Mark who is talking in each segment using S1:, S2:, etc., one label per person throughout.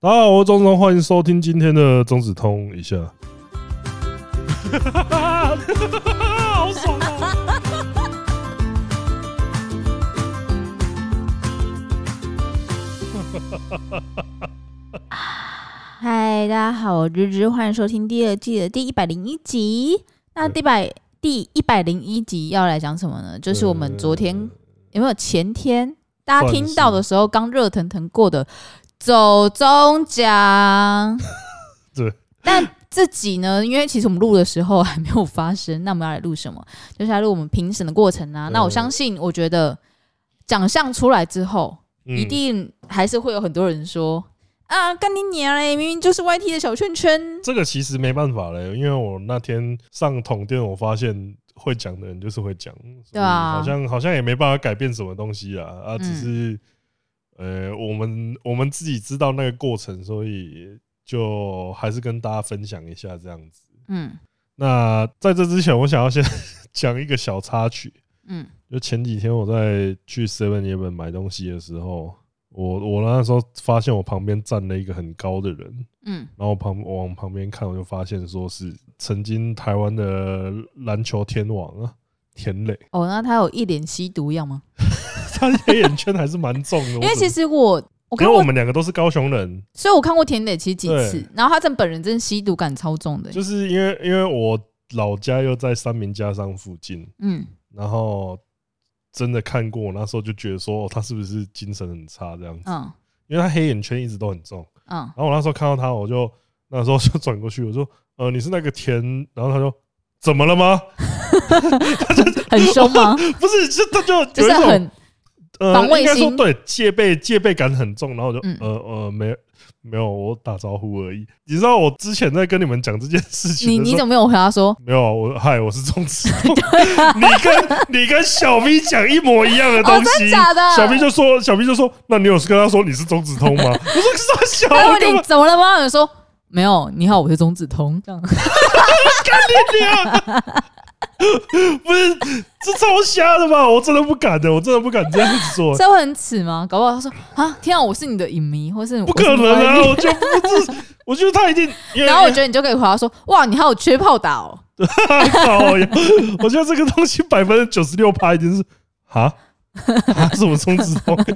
S1: 大家好，我是钟子通，欢迎收听今天的钟子通一 下。好爽啊！
S2: 嗨，大家好，我是芝芝，欢迎收听第二季的第一百零一集。那
S1: 对
S2: 第百第一百零一集要来讲什么呢？就是我们昨
S1: 呃
S2: 天有没有前天大家
S1: 算
S2: 听
S1: 是。
S2: 到的时候刚热腾腾过的走中奖
S1: 对，
S2: 但这集呢，因为其实我们录的时候还没有发生，那我们要来录什么？就是来录我们评审的过程啊。那我
S1: 嗯
S2: 相信，我觉得奖项出来之后，
S1: 嗯
S2: 一定还是会有很多人说啊，干你娘嘞！明明就是 YT 的小圈圈。
S1: 这个其实没办法嘞，因为我那天上统电，我发现会讲的人就是会讲，
S2: 对
S1: 所
S2: 啊
S1: 以好像好像也没办法改变什么东西啊，啊，
S2: 嗯
S1: 只是、呃，我们我们自己知道那个过程，所以就还是跟大家分享一下这样子。
S2: 嗯
S1: 那在这之前，我想要先 讲一个小插曲，
S2: 嗯
S1: 就前几天我在去 Seven Eleven 买东西的时候，我我那时候发现我旁边站了一个很高的人，
S2: 嗯
S1: 然后我旁我往旁边看，我就发现说是曾经台湾的篮球天王啊，田磊，
S2: 哦，那他有一脸吸毒样吗？
S1: 他黑眼圈还是蛮重的。因
S2: 因为其实我我
S1: 因
S2: 看
S1: 为我
S2: 过，
S1: 们两个都是高雄人，
S2: 所以我看过田磊其实几次
S1: 对，
S2: 然后他真本人真的吸毒感超重的、
S1: 就是因为因为我老家又在三明家商附近，
S2: 嗯
S1: 然后真的看过，我那时候就觉得说、哦、他是不是精神很差这样子，
S2: 嗯
S1: 因为他黑眼圈一直都很重。
S2: 嗯
S1: 然后我那时候看到他，我就那时候 就转过去，我说：“呃，你是那个田？”然后他说：“怎么了吗
S2: 很凶吗？？”
S1: 不是，就他就有一
S2: 就是
S1: 种
S2: 很
S1: 呃
S2: 防卫
S1: 应该说
S2: 心
S1: 对戒备戒备感很重，然后我就、
S2: 嗯
S1: 呃呃没没有，我打招呼而已。你知道我之前在跟你们讲这件事情的
S2: 你
S1: 时候，
S2: 你怎么没有回他说？
S1: 没有啊？我嗨，我是钟 子通。你跟你跟小 V 讲一模一样的东
S2: 哦，
S1: 西，
S2: 真的假的？
S1: 小 V 就说小 V 就说，那你有跟他说你是钟子通吗？ 我说傻小，
S2: 他
S1: 我
S2: 问
S1: 根
S2: 你
S1: 本
S2: 怎么了吗？我说没有，你好，我是钟子通。 这样
S1: 不是这超瞎的吧？我真的不敢的，我真的不敢这样子做。
S2: 这会很耻吗？搞不好他说啊，天啊，我是你的影迷，或是
S1: 不
S2: 我是
S1: 可
S2: 你的
S1: 能啊！
S2: YT
S1: 我就不是，我觉得他一定，因为
S2: 然后我觉得你就可以回答说：“哇，你还有缺炮打哦，
S1: 太高呀！我觉得这个东西百分之九十六趴已经是啊，啊什么松子通？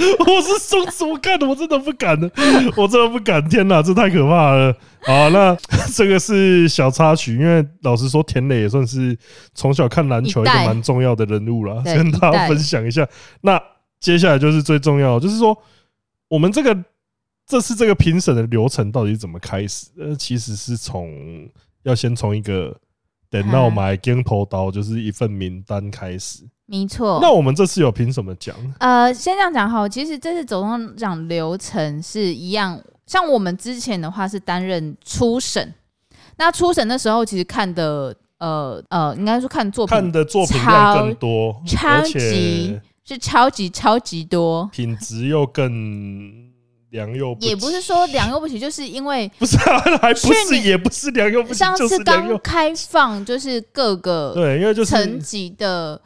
S1: 我是松子，我干的，我真的不敢的，我真的不敢！天哪，这太可怕了！好，那 这个是小插曲，因为老实说，田磊也算是从小看篮球一
S2: 一
S1: 个
S2: 代
S1: 蛮重要的人物啦，
S2: 对
S1: 跟大家
S2: 一代
S1: 分享一下。那接下来就是最重要的，就是说我们这个这次这个评审的流程到底是怎么开始？呃，其实是从要先从一个等到
S2: 啊
S1: 买镜头刀，就是一份名单开始。
S2: 没错。
S1: 那我们这次有评什么奖？
S2: 呃，先这样讲好，其实这次走中奖流程是一样，像我们之前的话是担任初审，那初审的时候其实看的呃呃，应该说看作
S1: 看
S2: 品
S1: 的作品量更多，
S2: 超
S1: 而
S2: 超
S1: 且
S2: 级是超级超级多。
S1: 品质又更良莠不齐。
S2: 也不是说良莠不齐，就是因为
S1: 不是啊，还不
S2: 去
S1: 是
S2: 年
S1: 也不是良莠不齐
S2: 上，
S1: 就
S2: 次
S1: 是良
S2: 刚
S1: 莠。
S2: 开放，就是各个
S1: 对，因为就是
S2: 层级的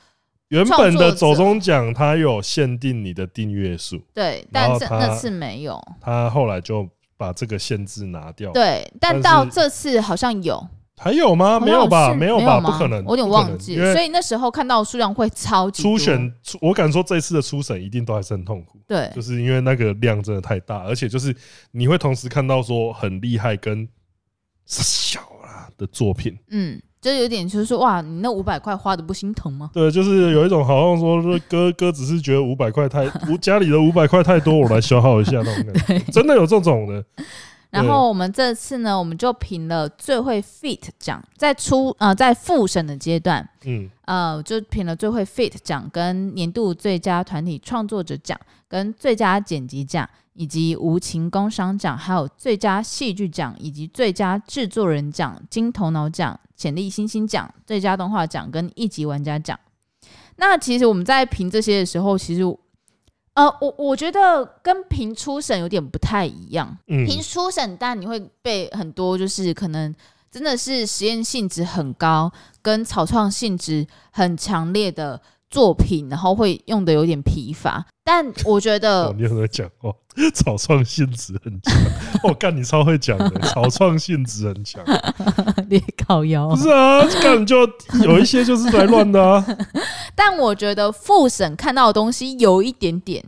S1: 原本的
S2: 创作
S1: 走
S2: 者
S1: 中奖，它有限定你的订阅数，
S2: 对，
S1: 然后
S2: 但是
S1: 他
S2: 那次没有。
S1: 它后来就把这个限制拿掉。
S2: 对，
S1: 但
S2: 但到
S1: 是
S2: 这次好像有，
S1: 还有吗？啊
S2: 好
S1: 没有
S2: 像
S1: 吧？
S2: 是
S1: 没
S2: 有
S1: 吧？
S2: 吗
S1: 不可能，
S2: 我有点
S1: 不可能
S2: 忘记。
S1: 因为
S2: 所以那时候看到的数量会超级
S1: 初
S2: 多
S1: 选，初我敢说这一次的初审一定都还是很痛苦，
S2: 对
S1: 就是因为那个量真的太大，而且就是你会同时看到说很厉害跟小啦的作品，
S2: 嗯，就有点就是说哇，你那五百块花的不心疼吗？
S1: 对，就是有一种好像说说哥哥只是觉得五百块 太，我家里的五百块太多，我来消耗一下那 种感觉，真的有这种的，
S2: 然后我们这次呢，我们就评了最会 fit 奖，在初呃在复审的阶段，
S1: 嗯，
S2: 呃就评了最会 fit 奖、跟年度最佳团体创作者奖、跟最佳剪辑奖，以及无情工商奖，还有最佳戏剧奖，以及最佳制作人奖、金头脑奖、潜力新星奖、最佳动画奖跟一级玩家奖。那其实我们在评这些的时候，其实呃，我我觉得跟评初审有点不太一样。
S1: 嗯
S2: 评初审，但你会被很多就是可能真的是实验性质很高，跟草创性质很强烈的作品，然后会用的有点疲乏。但我觉
S1: 哦
S2: 得，
S1: 你有在讲哦，草创性质很强。我干，你超会讲的，草创性质很强。
S2: 你靠腰
S1: 不是啊，干就有一些就是来乱的啊。
S2: 但我觉得复审看到的东西有一点点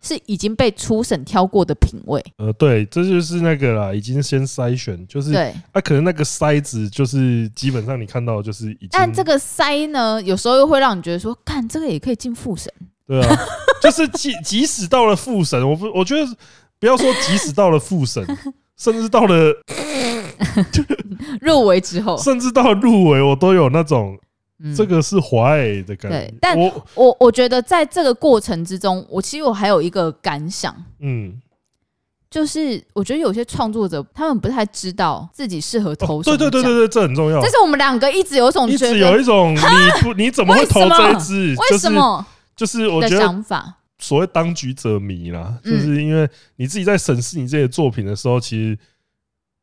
S2: 是已经被初审挑过的品味。
S1: 呃，对，这就是那个啦，已经先筛选，就是
S2: 对，
S1: 啊，可能那个筛子就是基本上你看到的就是已经，
S2: 但啊这个塞呢，有时候又会让你觉得说，看这个也可以进复审。
S1: 对啊， 就是即即使到了复审，我不我觉得不要说即使到了复 审，甚至到了
S2: 入围之后，
S1: 甚至到了入围，我都有那种
S2: 哦嗯
S1: 这个是华诶的感觉
S2: 对。但
S1: 我
S2: 我我觉得在这个过程之中，我其实我还有一个感想，
S1: 嗯，
S2: 就是我觉得有些创作者他们不太知道自己适合投
S1: 哦
S2: 什么
S1: 对对对
S2: 奖
S1: 对对，这很重要
S2: 这。是我们两个一直有一种
S1: 一直
S2: 觉得
S1: 有一种你不你怎么会投这一支？
S2: 为什么
S1: 就是就是我
S2: 的
S1: 觉得
S2: 想法，
S1: 所谓当局者迷啦，
S2: 嗯
S1: 就是因为你自己在审视你这些作品的时候，其实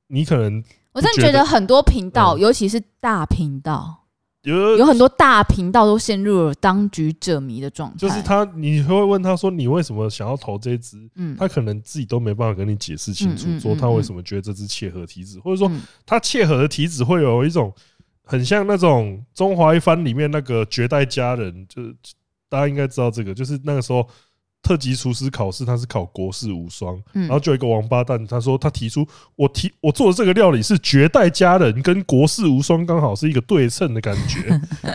S1: 你可能
S2: 我真的
S1: 觉
S2: 觉
S1: 得
S2: 得很多频道，
S1: 嗯
S2: 尤其是大频道，
S1: 有
S2: 有很多大频道都陷入了当局者迷的状态。
S1: 就是，他，你会问他说你为什么想要投这支？
S2: 嗯，
S1: 他可能自己都没办法跟你解释清
S2: 嗯嗯
S1: 楚，
S2: 嗯
S1: 说他为什么觉得这支切合体脂，或者说
S2: 嗯
S1: 他切合的体脂会有一种很像那种《中华一番》里面那个绝代佳人，就是大家应该知道这个，就是那个时候特级厨师考试，他是考国士无双，
S2: 嗯
S1: 然后就有一个王八蛋，他说他提出我提我做的这个料理是绝代佳人跟国士无双刚好是一个对称的感 觉，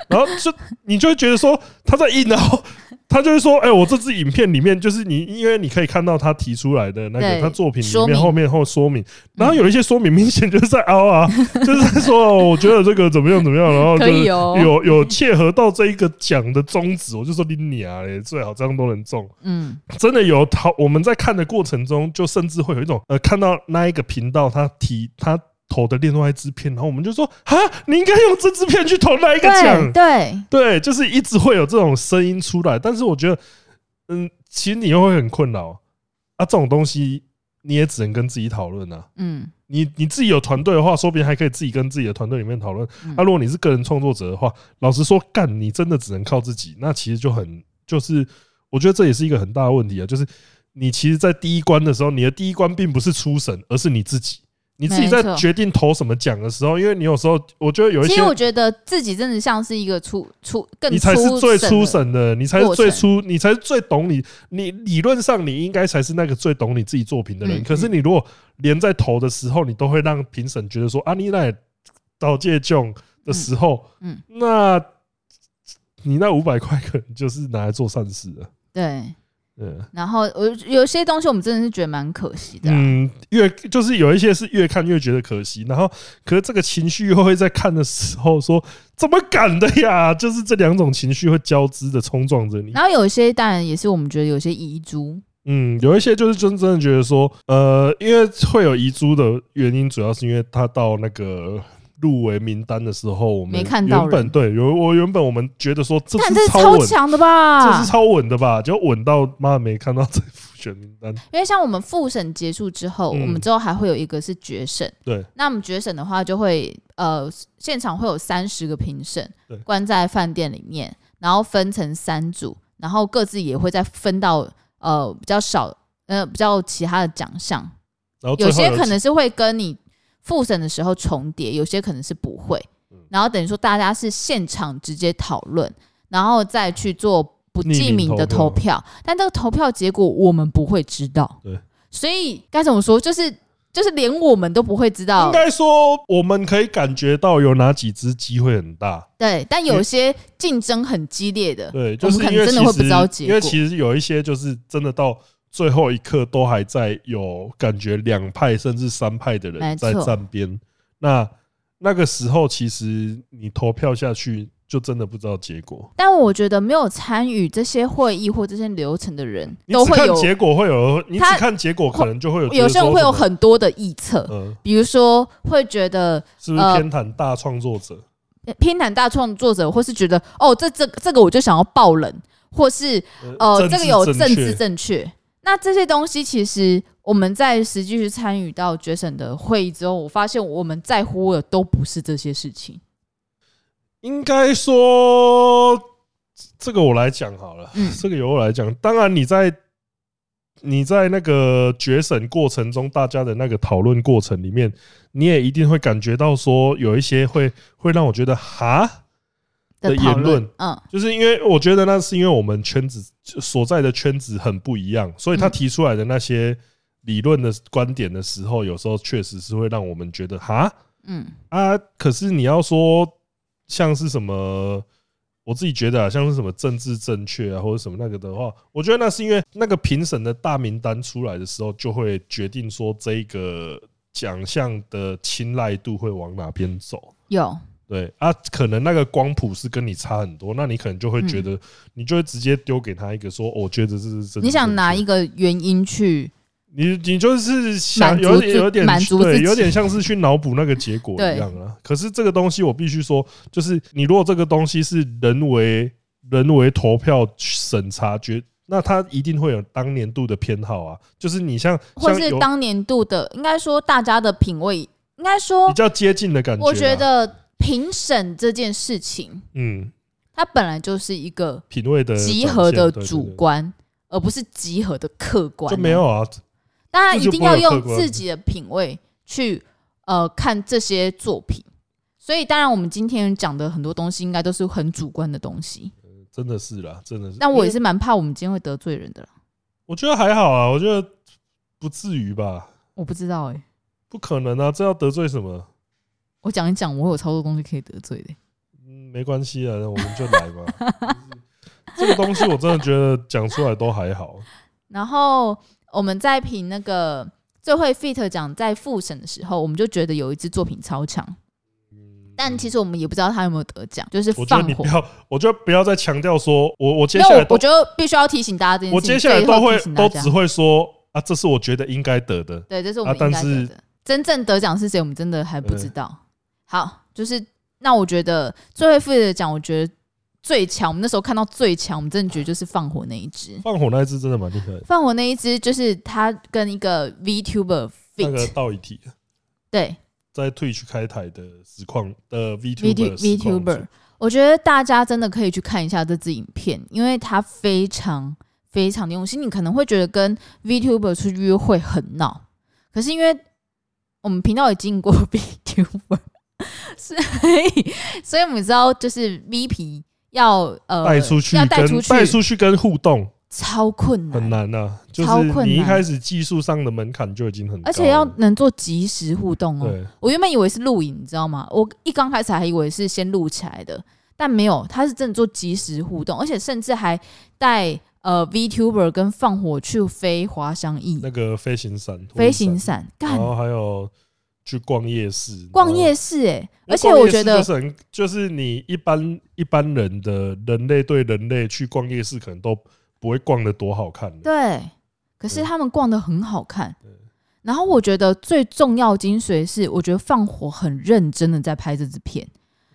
S1: 然后就你就会觉得说他在硬凹，他就会说哎、我这支影片里面就是你，因为你可以看到他提出来的那
S2: 对
S1: 个他作品里
S2: 说
S1: 面
S2: 明嗯
S1: 后面后说明，然后有一些说明明显就是在凹啊，就是在说哦我觉得这个怎么样怎么样，然后就
S2: 可以
S1: 是
S2: 哦，
S1: 有有切合到这一个奖的宗旨，我就说你娘嘞，最好这样都能中。
S2: 嗯
S1: 真的有讨我们在看的过程中，就甚至会有一种呃，看到那一个频道他提他投的另外一支片，然后我们就说哈，你应该用这支片去投那一个
S2: 对
S1: 奖。
S2: 对，
S1: 对，就是一直会有这种声音出来，但是我觉得，嗯，其实你又会很困扰啊，这种东西你也只能跟自己讨论啊。
S2: 嗯
S1: 你你自己有团队的话，说不定还可以自己跟自己的团队里面讨论。啊
S2: 嗯
S1: 那、如果你是个人创作者的话，老实说，干你真的只能靠自己，那其实就很就是，我觉得这也是一个很大的问题啊，就是你其实，在第一关的时候，你的第一关并不是初审，而是你自己。你自己在
S2: 没错
S1: 决定投什么奖的时候，因为你有时候我觉得有一
S2: 其
S1: 些
S2: 实我觉得自己真的像是一个初初更
S1: 你才是最初
S2: 审的，
S1: 审的，你才是最初，你才是最懂你。你理论上你应该才是那个最懂你自己作品的人。
S2: 嗯
S1: 可是你如果连在投的时候，你都会让评审觉得说啊，你那到借囧的时候，
S2: 嗯
S1: 嗯，那你那五百块可能就是拿来做善事了。
S2: 对。啊
S1: 嗯
S2: 然后我有些东西我们真的是觉得蛮可惜的啊、
S1: 嗯，越就是有一些是越看越觉得可惜，然后可是这个情绪又会在看的时候说怎么敢的呀？就是这两种情绪会交织的冲撞着你。
S2: 然后有一些当然也是我们觉得有些遗珠，
S1: 嗯，有一些就是真真的觉得说，呃，因为会有遗珠的原因，主要是因为他到那个入围名单的时候，我们
S2: 没看到人
S1: 原本对有我原本我们觉得说这
S2: 看
S1: 是
S2: 是
S1: 超
S2: 超
S1: 稳，
S2: 强的啊
S1: 这
S2: 吧
S1: 是？超稳的吧，就稳到妈没看到这副选名单。
S2: 因为像我们复审结束之后，
S1: 嗯
S2: 我们之后还会有一个是决审。
S1: 对，
S2: 那我们决审的话，就会呃，现场会有三十个评审
S1: 对，
S2: 关在饭店里面，然后分成三组，然后各自也会再分到呃比较少呃比较其他的奖项，
S1: 然后哦最
S2: 有
S1: 后
S2: 些可能是会跟你复审的时候重叠，有些可能是不会
S1: 嗯。
S2: 然后等于说大家是现场直接讨论，然后再去做不记名的投
S1: 匿名投
S2: 票，但这个投票结果我们不会知道。
S1: 对，
S2: 所以该怎么说，就是就是连我们都不会知
S1: 应
S2: 道。
S1: 该说我们可以感觉到有哪几支机会很大，
S2: 对，但有些竞争很激烈的，
S1: 对，
S2: 我
S1: 就
S2: 们
S1: 是
S2: 可
S1: 因为
S2: 能真的会不知道
S1: 其实因
S2: 结
S1: 为
S2: 果。
S1: 其实有一些就是真的到最后一刻都还在有感觉两派甚至三派的
S2: 没
S1: 人
S2: 错
S1: 在站边，那那个时候其实你投票下去就真的不知道结果，
S2: 但我觉得没有参与这些会议或这些流程的人，
S1: 你
S2: 都
S1: 只
S2: 会
S1: 看
S2: 有
S1: 结果会有，你只
S2: 他
S1: 看结果可能就会有觉得
S2: 有些人
S1: 说
S2: 会有
S1: 什么
S2: 很多的臆测，
S1: 嗯，
S2: 比如说会觉得
S1: 是不是
S2: 呃
S1: 偏袒大创作者？
S2: 偏袒大创作者，或是觉得哦，这这这个我就想要爆冷，或是呃，
S1: 政
S2: 这
S1: 治
S2: 个有政
S1: 正
S2: 治
S1: 确
S2: 正确。那这些东西其实我们在实际去参与到决审的会议之后，我发现我们在乎的都不是这些事情。
S1: 应该说，这个我来讲好了，
S2: 嗯
S1: 这个由我来讲。当然，你在你在那个决审过程中，大家的那个讨论过程里面，你也一定会感觉到说，有一些会会让我觉得哈，的
S2: 讨
S1: 言
S2: 论
S1: 论，
S2: 嗯
S1: 就是因为我觉得那是因为我们圈子所在的圈子很不一样，所以他
S2: 嗯
S1: 提出来的那些理论的观点的时候，有时候确实是会让我们觉得哈
S2: 嗯
S1: 啊。可是你要说像是什么，我自己觉得啊，像是什么政治正确啊，或者什么那个的话，我觉得那是因为那个评审的大名单出来的时候，就会决定说这个奖项的青睐度会往哪边走。
S2: 有
S1: 对啊，可能那个光谱是跟你差很多，那你可能就会觉得，你就会直接丢给他一个说，哦我觉得这是真的。
S2: 嗯你想拿一个原因去
S1: 你你就是想
S2: 满足
S1: 有点
S2: 自
S1: 有点
S2: 满足自
S1: 对，
S2: 己
S1: 有点像是去脑补那个结果
S2: 对
S1: 一样啊。可是这个东西我必须说，就是你如果这个东西是人为人为投票审查决，那它一定会有当年度的偏好啊。就是你像
S2: 或
S1: 像
S2: 是
S1: 有
S2: 当年度的，应该说大家的品味，应该说
S1: 比，较接近的感觉、啊，
S2: 我觉得评审这件事情，
S1: 嗯，
S2: 它本来就是一个
S1: 品味的
S2: 集合
S1: 展
S2: 的
S1: 现对对
S2: 主
S1: 对
S2: 观，而不是集合的客观。
S1: 就没有，啊，
S2: 当然
S1: 这
S2: 一
S1: 就
S2: 定
S1: 不会
S2: 要
S1: 有客
S2: 用
S1: 观
S2: 自己的品味去呃看这些作品。所以，当然我们今天讲的很多东西，应该都是很主观的东西。
S1: 真的是啦，真的是。
S2: 但我也
S1: 因为
S2: 是蛮怕我们今天会得罪人的啦。
S1: 我觉得还好啊，我觉得不至于吧，
S2: 我不知道哎、
S1: 不可能啊，这要得罪什么？
S2: 我讲一讲，我有超多东西可以得罪的、欸
S1: 嗯，没关系啊，那我们就来嘛。 这个东西我真的觉得讲出来都还好，
S2: 然后我们在评那个最会 fit 奖在复审的时候，我们就觉得有一支作品超强，但其实我们也不知道他有没有得奖，就是
S1: 嗯我觉
S2: 放
S1: 得你
S2: 火
S1: 不。要，我觉得不要再强调说，我我接
S2: 没
S1: 下
S2: 有，
S1: 来
S2: 我
S1: 都
S2: 我觉得必须要提醒大家这件事情。
S1: 我接下来
S2: 最后
S1: 都会
S2: 提醒大
S1: 都
S2: 家
S1: 只会说啊，这是我觉得应该得的，
S2: 对，这是我们
S1: 啊
S2: 应该
S1: 但
S2: 得
S1: 是
S2: 的。真正得奖是谁，我们真的还不知道。好，就是那我觉得最会 fit 的奖，我觉得最强。我们那时候看到最强，我们真的觉得就是放火那一支。
S1: 放火那一只真的蛮厉害的，
S2: 放火那一只就是他跟一个 VTuber
S1: 那个
S2: fit，
S1: 道义体
S2: 对
S1: 在 Twitch 开台的实况的
S2: VT
S1: VTuber 实况组
S2: VTuber，我觉得大家真的可以去看一下这支影片，因为它非常非常的用心。你可能会觉得跟 VTuber 出去约会很闹，可是因为我们频道也经营过 VTuber，所以所以我们知道就是 V 皮要呃
S1: 带出去
S2: 要
S1: 跟
S2: 带出去
S1: 带出去跟互动，
S2: 超困
S1: 很难
S2: 难，
S1: 呐、啊，就
S2: 超
S1: 是
S2: 困
S1: 你一
S2: 难
S1: 开始技术上的门槛就已经很高了，
S2: 而且要能做即时互动哦。
S1: 对，
S2: 我原本以为是录影，你知道吗？我一刚开始还以为是先录起来的，但没有，他是真的做即时互动，而且甚至还带呃 VTuber 跟放火去飞滑翔翼、
S1: 那个飞行伞、拖
S2: 飞
S1: 曳
S2: 行
S1: 伞，哦
S2: 伞，
S1: 然
S2: 干
S1: 后还有去逛夜市，
S2: 逛
S1: 然后
S2: 夜市哎、
S1: 因为
S2: 而且
S1: 哦逛
S2: 我
S1: 夜
S2: 觉
S1: 市
S2: 得
S1: 就是很就是你一般一般人的人类对人类去逛夜市，可能都不会逛的多好看的。
S2: 对，可是
S1: 对
S2: 他们逛的很好看
S1: 对。
S2: 然后我觉得最重要精髓是，我觉得放火很认真的在拍这支片，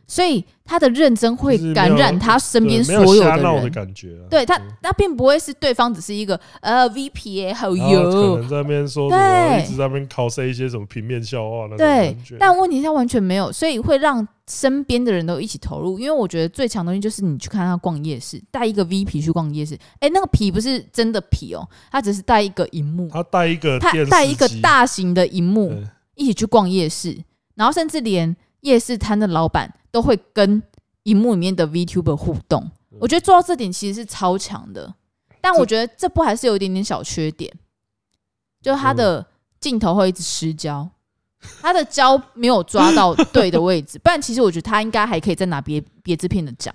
S2: 所以他的认真会
S1: 就是没
S2: 感
S1: 有
S2: 染他身
S1: 对
S2: 边
S1: 没
S2: 所
S1: 有
S2: 有
S1: 瞎
S2: 的
S1: 闹的
S2: 人。
S1: 感觉啊，
S2: 对他，他并不会是对方只是一个呃 VPA 好
S1: 然后哦可
S2: 油，
S1: 能在那边说什么，
S2: 对
S1: 一直在那边 cos 一些什么平面笑话那种
S2: 对
S1: 感觉，
S2: 但问题是他完全没有，所以会让身边的人都一起投入。因为我觉得最强的东西就是你去看他逛夜市，带一个 V
S1: 嗯
S2: 皮去逛夜市，哎、那个皮不是真的皮哦，他只是带一个荧幕，
S1: 他带一个
S2: 他
S1: 电视
S2: 带一个
S1: 机
S2: 大型的荧幕
S1: 对
S2: 一起去逛夜市，然后甚至连夜市摊的老板都会跟荧幕里面的 VTuber 互动。我觉得做到这点其实是超强的，但
S1: 这
S2: 我觉得这部还是有一点点小缺点，就是它的镜头会一直失焦，它的焦没有抓到对的位置。不 然其实我觉得它应该还可以再拿别别支片的奖，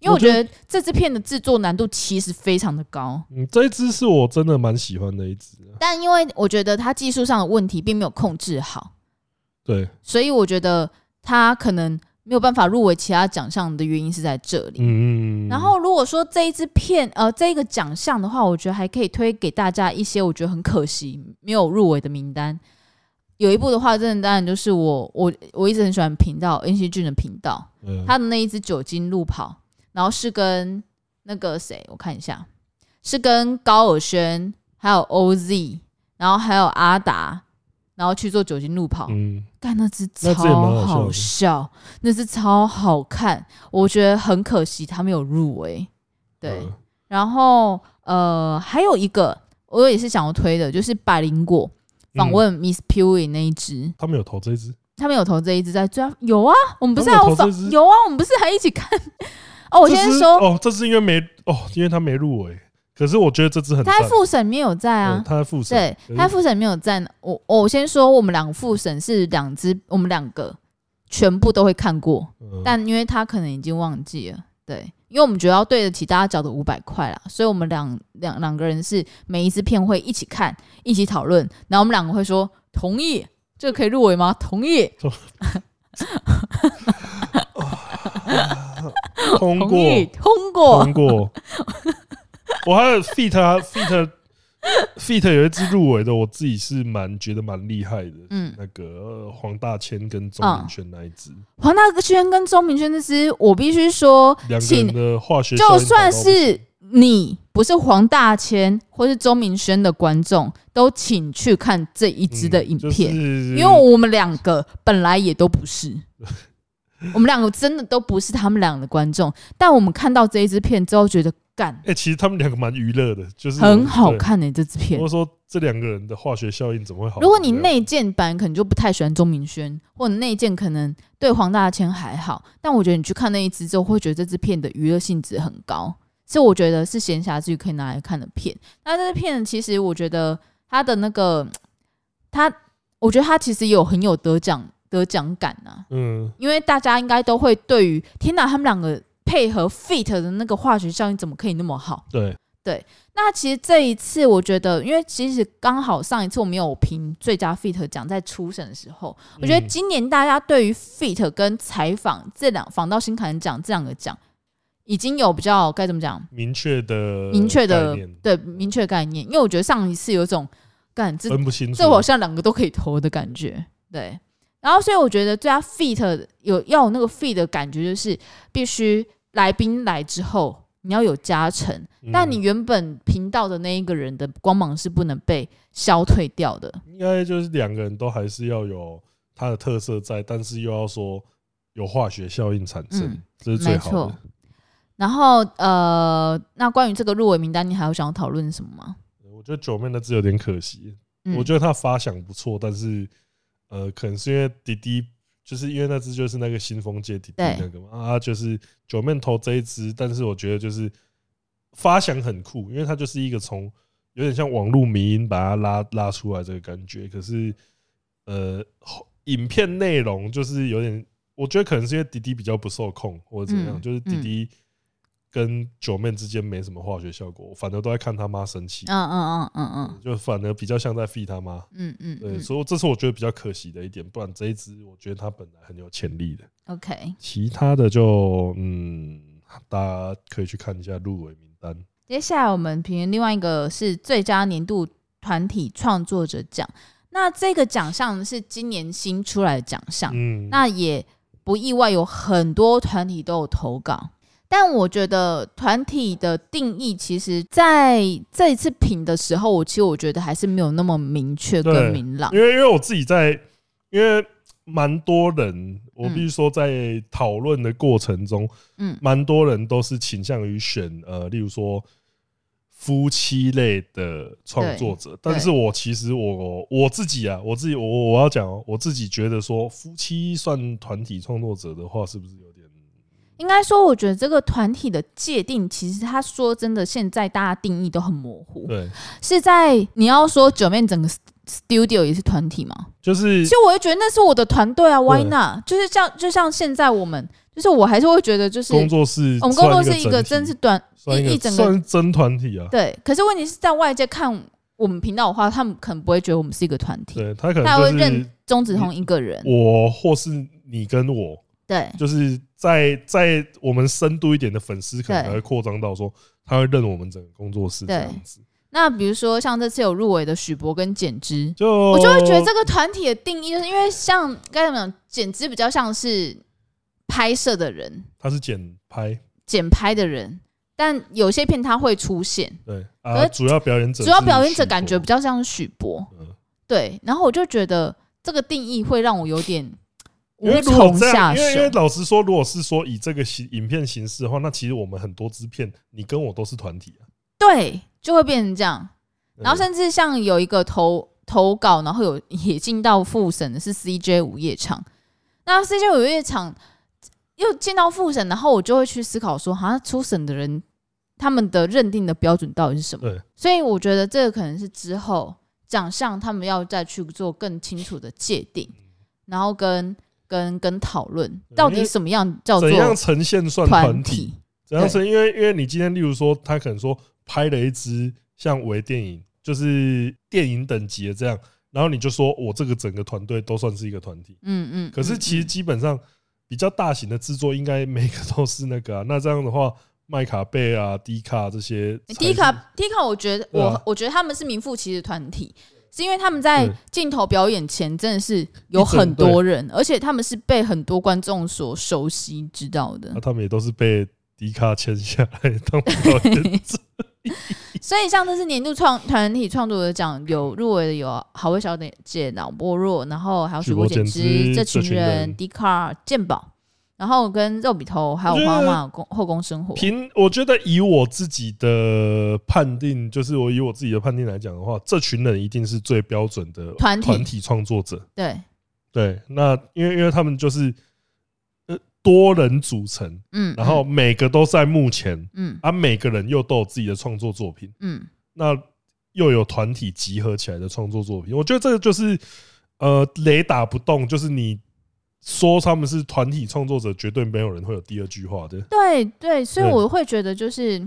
S2: 因为我
S1: 我觉
S2: 觉
S1: 得
S2: 得这支片的制作难度其实非常的高。
S1: 嗯，这一只是我真的蛮喜欢的一只啊，
S2: 但因为我觉得它技术上的问题并没有控制好，
S1: 对，
S2: 所以我觉得它可能没有办法入围其他奖项的原因是在这里。
S1: 嗯，
S2: 然后如果说这一支片呃这一个奖项的话，我觉得还可以推给大家一些我觉得很可惜没有入围的名单。有一部的话，真的当然就是我我我一直很喜欢频道 N C 俊的频道，
S1: 嗯
S2: 他的那一支酒精路跑，然后是跟那个谁，我看一下，是跟高尔宣还有 O Z，然后还有阿达，然后去做酒精路跑。
S1: 嗯，
S2: 但那只
S1: 那
S2: 超
S1: 只也蛮好笑的
S2: 好笑，那只超好看，我觉得很可惜他没有入围。对，
S1: 嗯
S2: 然后呃，还有一个我也是想要推的，就是百灵果
S1: 嗯
S2: 访问 Miss Pewee 那一支，
S1: 他们有投这一支，
S2: 他们有投这一支在追啊，有啊，我们不是还
S1: 他们有投这
S2: 有访
S1: 一支
S2: 有啊，我们不是还一起看？ 哦，我
S1: 这
S2: 先
S1: 支
S2: 说，
S1: 哦，这支因为没哦，因为他没入围，可是我觉得这支很赞
S2: 他，在复审里面有在啊
S1: 嗯，他在复审，
S2: 对，
S1: 可是
S2: 他在复审里面有在。我、我先说，我们两个复审是两支，我们两个全部都会看过，
S1: 嗯
S2: 但因为他可能已经忘记了，对，因为我们觉得要对得起大家缴的五百块啦，所以我们两两两个人是每一支片会一起看，一起讨论，然后我们两个会说同意，这个可以入围吗？同意，
S1: 通
S2: 同
S1: 过
S2: 意，通过，
S1: 通过，我还有 feat 啊 feat feat 啊有一支入围的，我自己是蛮觉得蛮厉害的，
S2: 嗯，
S1: 那个呃黄大千跟钟明轩那一支，
S2: 黄大轩跟钟明轩那支，我必须说，
S1: 两个
S2: 请
S1: 人的化学效应
S2: 就
S1: 达
S2: 算
S1: 到不行
S2: 是你不是黄大千或是周明轩的观众，都请去看这一支的影片，
S1: 嗯就是、
S2: 因为我们两个本来也都不 是，我们两个真的都不是他们俩的观众，但我们看到这一支片之后，觉得干
S1: 哎、其实他们两个蛮娱乐的，就是
S2: 很好。看呢、欸这
S1: 嗯
S2: 支
S1: 对
S2: 片
S1: 我。说这两个人的化学效应怎么会好？
S2: 如果你内建版可能就不太喜欢钟明轩，或者内建可能对黄大千还好，但我觉得你去看那一支之后，会觉得这支片的娱乐性质很高，是我觉得是闲暇之余可以拿来看的片。那这支片其实我觉得它的那个，它我觉得它其实有很有得奖得奖感啊，
S1: 嗯，
S2: 因为大家应该都会对于天哪，他们两个配合 fit 的那个化学效应怎么可以那么好？
S1: 对，
S2: 那其实这一次，我觉得，因为其实刚好上一次我们有评最佳 fit 奖在初审的时候，我觉得
S1: 嗯
S2: 今年大家对于 fit 跟采访这两访到新坎奖这两个奖，已经有比较该怎么讲
S1: 明确的
S2: 明确的
S1: 呃概念
S2: 对明确的概念，因为我觉得上一次有一种干这
S1: 分不清楚，
S2: 这我好像两个都可以投的感觉，对。然后，所以我觉得最佳 fit 有要有那个 fit 的感觉，就是必须来宾来之后，你要有加成，
S1: 嗯
S2: 但你原本频道的那一个人的光芒是不能被消退掉的。
S1: 应该就是两个人都还是要有他的特色在，但是又要说有化学效应产生，
S2: 嗯
S1: 这是最
S2: 没
S1: 好
S2: 错
S1: 的。
S2: 然后呃，那关于这个入围名单，你还有想要讨论什么吗？
S1: 我觉得九妹那只有点可惜，
S2: 嗯
S1: 我觉得他发想不错，但是呃，可能是因为滴滴，就是因为那只就是那个新风界滴滴
S2: 对
S1: 那个嘛，啊，就是九面头这一只，但是我觉得就是发想很酷，因为它就是一个从有点像网络迷音把它拉拉出来这个感觉，可是呃，后影片内容就是有点，我觉得可能是因为滴滴比较不受控或者怎样，
S2: 嗯
S1: 就是滴滴。跟九妹之间没什么化学效果，我反而都在看他妈生气，
S2: 嗯嗯嗯嗯嗯
S1: 就反而比较像在 feed 他妈。
S2: 嗯嗯
S1: 对，
S2: 嗯
S1: 所以这是我觉得比较可惜的一点，不然这一支我觉得它本来很有潜力的。
S2: ，OK。
S1: 其他的就嗯，大家可以去看一下入围名单。
S2: 接下来我们评论另外一个是最佳年度团体创作者奖。那这个奖项是今年新出来的奖项，
S1: 嗯，
S2: 那也不意外，有很多团体都有投稿。但我觉得团体的定义，其实在这一次评的时候，我其实我觉得还是没有那么明确
S1: 对
S2: 跟明朗。
S1: 因为因为我自己在，因为蛮多人，我必须说在讨论的过程中，
S2: 嗯
S1: 蛮多人都是倾向于选呃，例如说夫妻类的创作者，但是我其实我我自己啊，我自己我我我要讲、哦，我自己觉得说夫妻算团体创作者的话，是不是有点？
S2: 应该说，我觉得这个团体的界定，其实他说真的，现在大家定义都很模糊。
S1: 对，
S2: 是在你要说九妹整个 studio 也是团体吗？
S1: 就是
S2: 其实我会觉得那是我的团队啊，Why
S1: 对
S2: not？就是像就像现在我们，就是我还是会觉得，就是
S1: 工作室
S2: 我们
S1: 算
S2: 工作是一个
S1: 整
S2: 真
S1: 体
S2: 是短
S1: 算
S2: 一
S1: 一
S2: 一整个
S1: 算是真团体啊。
S2: 对。可是问题是在外界看我们频道的话，他们可能不会觉得我们是一个团体，
S1: 对他可
S2: 他会
S1: 能就是
S2: 认钟子通一个人。
S1: 我或是你跟我，
S2: 对
S1: 就是在在我们深度一点的粉丝，可能
S2: 对
S1: 还会扩张到说他会认我们整个工作室这
S2: 对
S1: 样子。
S2: 那比如说像这次有入围的许博跟简之，
S1: 就
S2: 我
S1: 我
S2: 就会觉得这个团体的定义，就是因为像该怎么讲，简之比较像是拍摄的人、
S1: 他是剪拍，
S2: 剪拍的人，但有些片他会出现。
S1: 对
S2: 可
S1: 啊，
S2: 是
S1: 主要表演者
S2: 主要表演
S1: 是
S2: 者
S1: 许
S2: 感觉
S1: 博
S2: 比较像是许博，
S1: 嗯
S2: 对，然后我就觉得这个定义会让我有点
S1: 因为
S2: 无
S1: 如果
S2: 从
S1: 这
S2: 下
S1: 样，因为因为
S2: 手。
S1: 老实说，如果是说以这个形影片形式的话，那其实我们很多支片，你跟我都是团体啊。
S2: 对，就会变成这样。然后
S1: 对
S2: 甚至像有一个投投稿，然后有也进到复审的是 CJ 午夜场，那 CJ 午夜场又进到复审，然后我就会去思考说，好像初审的人他们的认定的标准到底是什么？
S1: 对
S2: 所以我觉得这个可能是之后奖项他们要再去做更清楚的界定，然后跟跟跟讨论
S1: 嗯对
S2: 到
S1: 因
S2: 底
S1: 为
S2: 什么样叫做
S1: 怎样呈现算团
S2: 团
S1: 体？
S2: 体。
S1: 怎样是因为因为你今天，例如说，他可能说拍了一支像微电影，就是电影等级的这样，然后你就说我这个整个团队都算是一个团体。
S2: 嗯嗯，
S1: 可是
S2: 嗯
S1: 其实
S2: 嗯
S1: 基本上比较大型的制作，应该每个都是那个啊。那这样的话，麦卡贝啊、迪卡这些才是，
S2: 哎迪卡迪卡，我觉得
S1: 对
S2: 我、
S1: 啊
S2: 我觉得他们是名副其实的团体，是因为他们在
S1: 对
S2: 镜头表演前真的是有很多人，而且他们是被很多观众所熟悉知道的
S1: 那、，他们也都是被迪卡签下来当导 演者。
S2: 所以像这次年度创团体创作者奖有入围的有好味小姐、脑波弱，然后还有水果
S1: 水果
S2: 减
S1: 减
S2: 汁
S1: 汁
S2: 这
S1: 这
S2: 群
S1: 群
S2: 人
S1: 人
S2: 迪卡鉴宝，然后跟肉笔头还有
S1: 我觉得
S2: 花花公后宫生活，
S1: 凭我觉得以我自己的判定，就是我以我自己的判定来讲的话，这群人一定是最标准的
S2: 团体
S1: 团体创作者。
S2: 对，
S1: 对，那因为因为他们就是呃多人组成，
S2: 嗯，
S1: 然后每个都在幕前，
S2: 嗯
S1: 啊，每个人又都有自己的创作作品，
S2: 嗯
S1: 那又有团体集合起来的创作作品。我觉得这个就是呃雷打不动，就是你说他们是团体创作者，绝对没有人会有第二句话的。
S2: 对对，所以
S1: 对
S2: 我会觉得就是。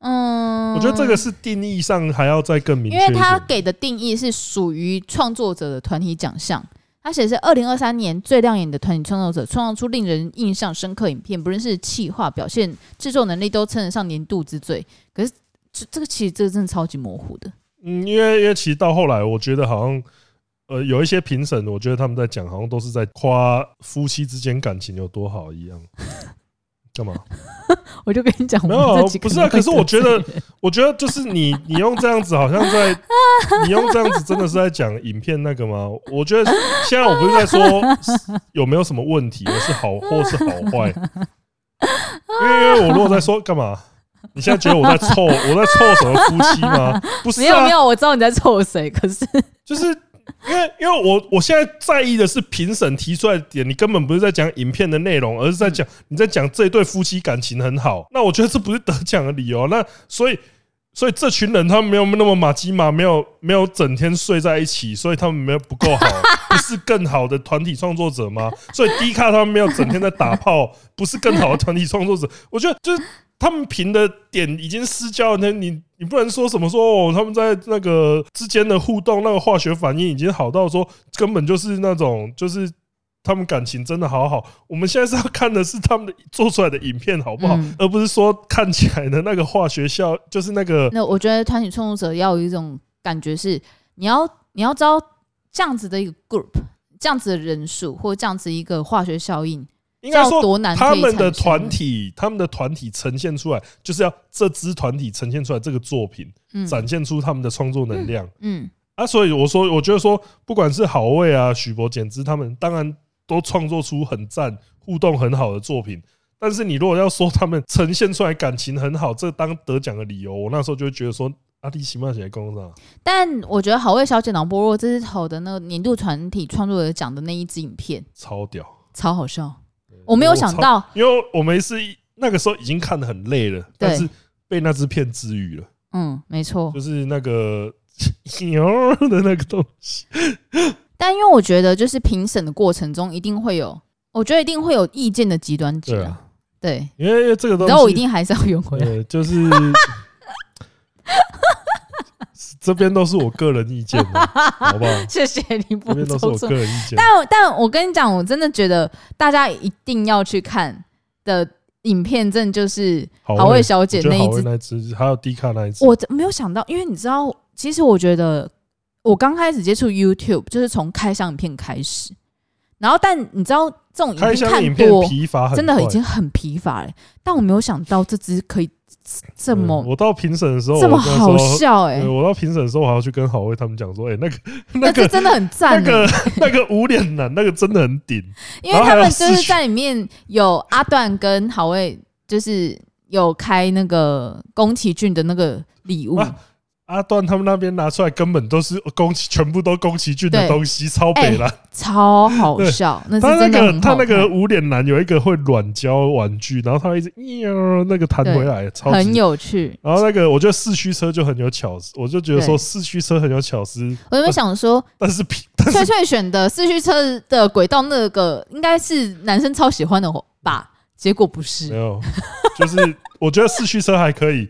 S2: 嗯，
S1: 我觉得这个是定义上还要再更明确
S2: 因
S1: 一点，
S2: 为他给的定义是属于创作者的团体奖项，他写的是二零二三年最亮眼的团体创作者，创造出令人印象深刻影片，不论是企划表现、制作能力，都称得上年度之最。可是这这个其实这个真的超级模糊的，
S1: 嗯，因为因为其实到后来，我觉得好像呃有一些评审，我觉得他们在讲，好像都是在夸夫妻之间感情有多好一 样。干嘛？
S2: 我就跟你讲，
S1: 没有
S2: 我 们这几
S1: 不
S2: 个
S1: 是啊
S2: 人会
S1: 可是我觉得
S2: 得罪人
S1: 我觉得就是你，你用这样子，好像在你用这样子，真的是在讲影片那个吗？我觉得现在我不是在 说有没有什么问题，而是好或是好坏。因为因为我如果在说干嘛，你现在觉得我在凑我在凑什么夫妻吗？不是
S2: 没
S1: 啊
S2: 有没，有，我知道你在臭谁，可是
S1: 就是因为因为我我现在在意的是评审提出来的点，你根本不是在讲影片的内容，而是在讲你在讲这对夫妻感情很好。那我觉得这不是得奖的理由。啊那所以所以这群人他们没有那么马基马，没有没有整天睡在一起，所以他们没有不够好，不是更好的团体创作者吗？所以低卡他们没有整天在打炮，不是更好的团体创作者？我觉得就是。他们评的点已经失焦了，那你你不能说什么说哦，他们在那个之间的互动，那个化学反应已经好到说根本就是那种就是他们感情真的好好。我们现在是要看的是他们的做出来的影片好不好，
S2: 嗯
S1: 而不是说看起来的那个化学效，就是那个
S2: 那我觉得团体创作者要有一种感觉是，你要你要知道这样子的一个 group，这样子的人数或这样子一个化学效应，
S1: 应该
S2: 要
S1: 说
S2: 多难可以
S1: 他们的
S2: 产生
S1: 团体，他们的团体呈现出来，就是要这支团体呈现出来这个作品，
S2: 嗯
S1: 展现出他们的创作能量。
S2: 嗯
S1: 啊，所以我说，我觉得说，不管是好味啊、许博、简之他们，当然都创作出很赞、互动很好的作品。但是你如果要说他们呈现出来感情很好，这当得奖的理由，我那时候就会觉得说，阿弟奇冒险工上，
S2: 但我觉得好味小姐脑波若这次投的那个年度团体创作者奖的那一支影片
S1: 超屌，
S2: 超好笑，我没有想到，
S1: 因为我们是那个时候已经看得很累了，但
S2: 对
S1: 是被那支片治愈了，
S2: 嗯，没错。
S1: 就是那个 牛的那个东西，
S2: 但因为我觉得就是评审的过程中一定会有，我觉得一定会有意见的极端值
S1: 对
S2: 啊，
S1: 啊，
S2: 对，
S1: 因为这个东西，
S2: 然后我一定还是要圆回来。
S1: 呃，就是这边都是我个人意见的，好不好？
S2: 谢谢你
S1: 这
S2: 补
S1: 边都是
S2: 充
S1: 我。个人意见。
S2: 但但我跟你讲，我真的觉得大家一定要去看的影片，真的就是
S1: 好
S2: 好味
S1: 味
S2: 小姐
S1: 我觉得
S2: 那
S1: 好
S2: 一
S1: 味
S2: 只。
S1: 那一只，还有迪卡那一只，
S2: 我真没有想到，因为你知道，其实我觉得我刚开始接触 YouTube 就是从开箱影片开始，然后但你知道这种
S1: 开
S2: 影片
S1: 箱影
S2: 看
S1: 片
S2: 多，
S1: 疲乏很
S2: 真的
S1: 快
S2: 已经很疲乏了、但我没有想到这只可以这
S1: 嗯
S2: 么、
S1: 我到评审的时候，
S2: 这么
S1: 我跟他
S2: 好
S1: 说
S2: 笑哎、
S1: 对我到评审的时候，我还要去跟郝威他们讲说，哎、那个、
S2: 那
S1: 那
S2: 这
S1: 个、
S2: 真的很
S1: 那
S2: 赞、欸，
S1: 个、 那个无脸男，那个真的很顶。
S2: 因为他
S1: 然后还有
S2: 们就
S1: 四
S2: 是
S1: 驱
S2: 在里面有阿段跟郝伟，就是有开那个宫崎骏的那个礼物，
S1: 啊阿段他们那边拿出来根本都是宫崎，全部都宫崎骏的
S2: 对
S1: 东西，超北啦。
S2: 超好笑，那
S1: 他
S2: 哎是
S1: 那
S2: 真的
S1: 个
S2: 很
S1: 他
S2: 好哎
S1: 那
S2: 看。
S1: 个无脸男有一个会软胶玩具，然后他一直喵那个弹回来，超级
S2: 很。有趣，
S1: 然后那个我觉得四驱车就很有巧思，我就觉得说
S2: 对
S1: 四驱车很有巧思，
S2: 我原本想说，
S1: 但是皮哦 但
S2: 翠
S1: 是
S2: 翠选的四驱车的轨道那个应该是男生超喜欢的吧，结果不是
S1: 没，有，就是我觉得四驱车还可以，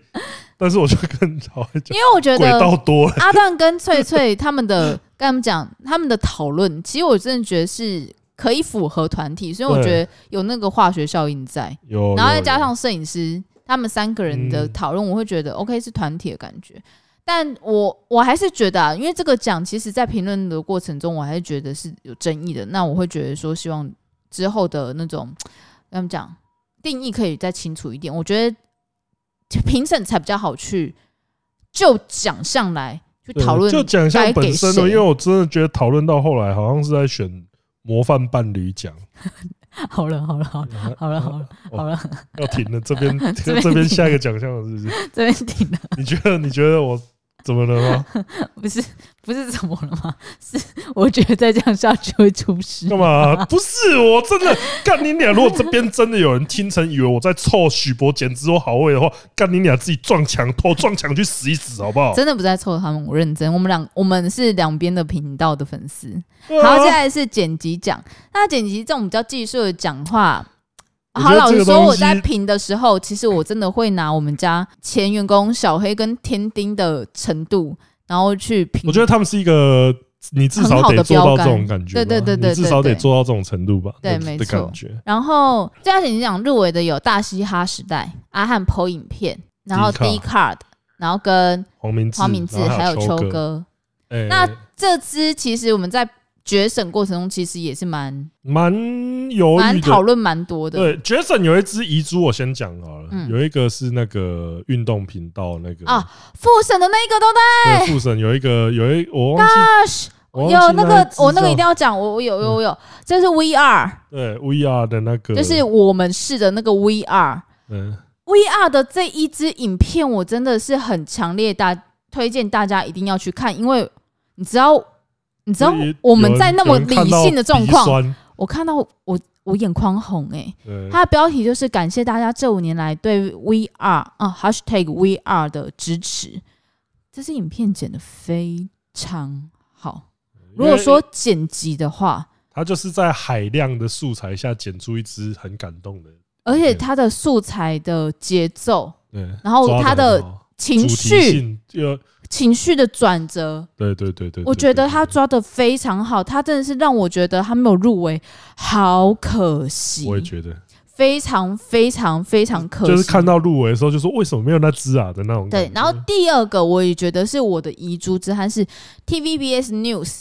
S1: 但是我就跟好会
S2: 因
S1: 讲
S2: 为我觉
S1: 轨
S2: 得
S1: 道多了，
S2: 阿段跟翠翠他们的 跟他们讲他们的讨论，其实我真的觉得是可以符合团体，所以我
S1: 对
S2: 觉得有那个化学效应在，
S1: 有，
S2: 然后再
S1: 有
S2: 加
S1: 有
S2: 上摄影师他们三个人的
S1: 嗯
S2: 讨论，我会觉得 OK 是团体的感觉。但我我还是觉得啊，因为这个奖，其实在评论的过程中，我还是觉得是有争议的。那我会觉得说，希望之后的那种怎么讲定义可以再清楚一点。我觉得评审才比较好去就奖项来去
S1: 对
S2: 讨论
S1: 就奖项
S2: 该
S1: 本
S2: 给
S1: 身呢，
S2: 谁
S1: 因为我真的觉得讨论到后来好像是在选模范伴侣奖，
S2: 好了好了 好了
S1: 啊
S2: 好了好了
S1: 哦
S2: 好了，
S1: 要停了，这边
S2: 这边
S1: 这边
S2: 停
S1: 下一个奖项了是不是？
S2: 这边停了，
S1: 你觉得你觉得我怎么了 吗？
S2: 不是不是怎么了吗？是我觉得再这样下去会出事
S1: 干。嘛？不是我真的干你俩！如果这边真的有人听成以为我在凑许博简直我好位的话，干你俩自己撞墙头撞墙去死一死好不好？
S2: 真的不在凑他们，我认真。我们两我们是两边的频道的粉丝。
S1: 对啊
S2: 好，接下来是剪辑奖。那剪辑这种比较技术的讲话，
S1: 我觉
S2: 好
S1: 得
S2: 老
S1: 这
S2: 实
S1: 个
S2: 说，
S1: 东
S2: 我在
S1: 西
S2: 评的时候，其实我真的会拿我们家前员工小黑跟天丁的程度，然后去评。
S1: 我觉得他们是一个。你至少
S2: 很好
S1: 得
S2: 的
S1: 做
S2: 标
S1: 到这
S2: 杆
S1: 种感觉吧，
S2: 对对对对
S1: 你至少
S2: 对
S1: 得
S2: 对
S1: 做到这种程度吧，
S2: 对
S1: 的
S2: 没
S1: 的
S2: 错
S1: 感觉。
S2: 然后最佳剪辑奖入围的有《大嘻哈时代》、阿汉 PO 影片，然后 D
S1: D-Card
S2: Card，然后跟
S1: 黄明志，
S2: 黄明志
S1: 然后
S2: 还有
S1: 秋哥，
S2: 秋哥。
S1: 哎
S2: 那这支其实我们在决审过程中，其实也是蛮
S1: 蛮犹
S2: 蛮
S1: 豫
S2: 讨
S1: 的。
S2: 论蛮多的。
S1: 对，Jason 有一只遗珠，我先讲好了。
S2: 嗯
S1: 有一个是那个运动频道那个
S2: 啊，复审的那一个都在
S1: 对复审有一个有一我忘记
S2: Gosh，
S1: 我忘记
S2: 有那个我那个
S1: 一
S2: 一定
S1: 定
S2: 要讲，我我有
S1: 嗯
S2: 有我有，这是 VR，
S1: 对 VR 的那个，
S2: 就是我们试的那个 VR。
S1: 嗯，
S2: VR 的这一支影片，我真的是很强烈大推荐大家一定要去看，因为你知道，你知道
S1: 所以
S2: 我们
S1: 有人
S2: 在那么理性的状，
S1: 有
S2: 况，
S1: 人看到鼻酸
S2: 我看到我我眼眶红哎、欸
S1: 对，
S2: 它的标题就是感谢大家这五年来对 VR 啊、hashtag VR 的支持。这支影片剪得非常好。如果
S1: 因
S2: 说
S1: 为
S2: 剪辑的话，
S1: 他就是在海量的素材下剪出一支很感动的，
S2: 而且它的素材的节奏、
S1: 对，
S2: 然后
S1: 抓得
S2: 它的
S1: 很好主
S2: 情
S1: 题
S2: 绪、
S1: 性就
S2: 情绪的转折，
S1: 对对对对，
S2: 我
S1: 对
S2: 觉得
S1: 对
S2: 他
S1: 对
S2: 抓得非常好。他真的是让我觉得他没有入围，好可惜
S1: 我，也觉得，
S2: 非常非常非常可惜。
S1: 就是看到入围的时候就说为什么没有那只啊的那种感
S2: 对
S1: 觉，，
S2: 然后第二个我也觉得是我的遗珠之憾是 TVBS News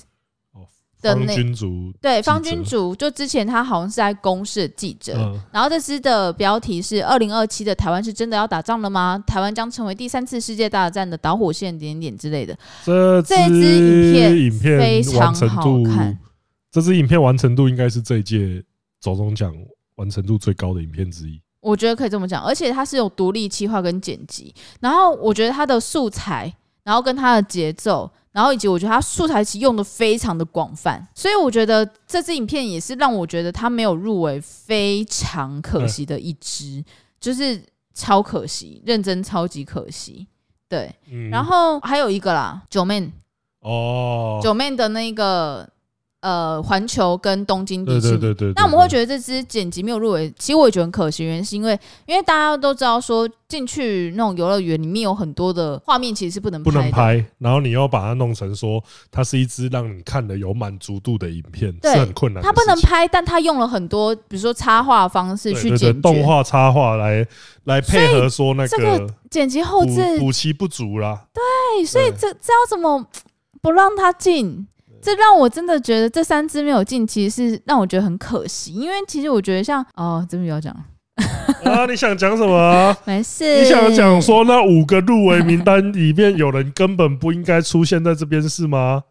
S1: 哦
S2: 的
S1: 方
S2: 那
S1: 君竹，
S2: 对
S1: 者
S2: 方君主，就之前他好像是在公视的记者，
S1: 嗯，
S2: 然后这支的标题是“二零二七的台湾是真的要打仗了吗？台湾将成为第三次世界大战的导火线点点之类的。
S1: 这支
S2: 这支影片
S1: 影片
S2: 非常
S1: 完成度
S2: 好看，
S1: 这支影片完成度应该是这一届走中奖完成度最高的影片之一。”
S2: 我觉得可以这么讲，而且它是有独立企划跟剪辑，然后我觉得它的素材，然后跟它的节奏，然后以及我觉得它素材其实用的非常的广泛，所以我觉得这支影片也是让我觉得它没有入围非常可
S1: 嗯
S2: 惜的一支，就是超可惜，认真超级可惜。对，
S1: 嗯
S2: 然后还有一个啦，九妹
S1: 哦，
S2: 九妹的那个呃环球跟东京迪
S1: 对
S2: 士
S1: 对对
S2: 尼，
S1: 对，
S2: 那我们会觉
S1: 得
S2: 得这支剪辑没有入围，其实我也觉得很可惜，原因是因为因为大家都知道说进去那种游乐园里面有很多的画面其实是不能
S1: 不
S2: 拍的，
S1: 能拍，然后你又把它弄成说它是一支让你看的有满足度的影片，
S2: 对
S1: 是很困难的
S2: 它
S1: 事情。
S2: 不能拍，但它用了很多比如说插画的方式
S1: 对
S2: 去
S1: 对
S2: 解
S1: 对
S2: 决
S1: 动画插画来来配合说那
S2: 这个剪辑后
S1: 补
S2: 置，哎
S1: 补齐不足啦。
S2: 对，所以
S1: 对
S2: 这这要怎么不让它进？这让我真的觉得这三支没有进，其实是让我觉得很可惜，因为其实我觉得像哦，这边有讲，
S1: 啊，你想讲什么啊？
S2: 没事，
S1: 你想讲说那五个入围名单里面有人根本不应该出现在这边是吗？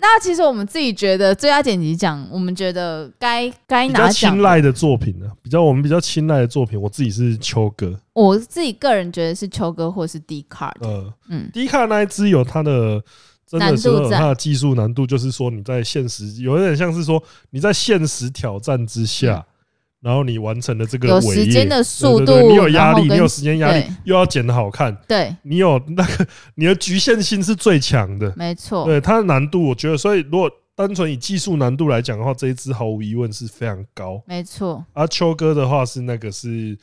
S2: 那其实我们自己觉得最佳剪辑奖，我们觉得该该
S1: 比
S2: 拿
S1: 较
S2: 奖
S1: 青。睐的作品呢、比较我们比较青睐的作品，我自己是秋哥，
S2: 我自己个人觉得是秋哥或是 D card，
S1: 呃，
S2: 嗯，
S1: 迪卡那一支有它的真的是
S2: 难
S1: 有
S2: 度在
S1: 它的技术难度，就是说你在现实有点像是说你在现实挑战之下，然后你完成了这个
S2: 嗯有
S1: 伟
S2: 时
S1: 业
S2: 间的速度
S1: 对对对你有压
S2: 然
S1: 力，
S2: 后
S1: 你
S2: 跟
S1: 有时间压力
S2: 对，
S1: 又要剪的好看，
S2: 对，
S1: 你有那个你的局限性是最强的，
S2: 没错，
S1: 对它的难度，我觉得所以如果单纯以技术难度来讲的话，这一支毫无疑问是非常高。
S2: 没错，
S1: 啊，秋哥的话是那个是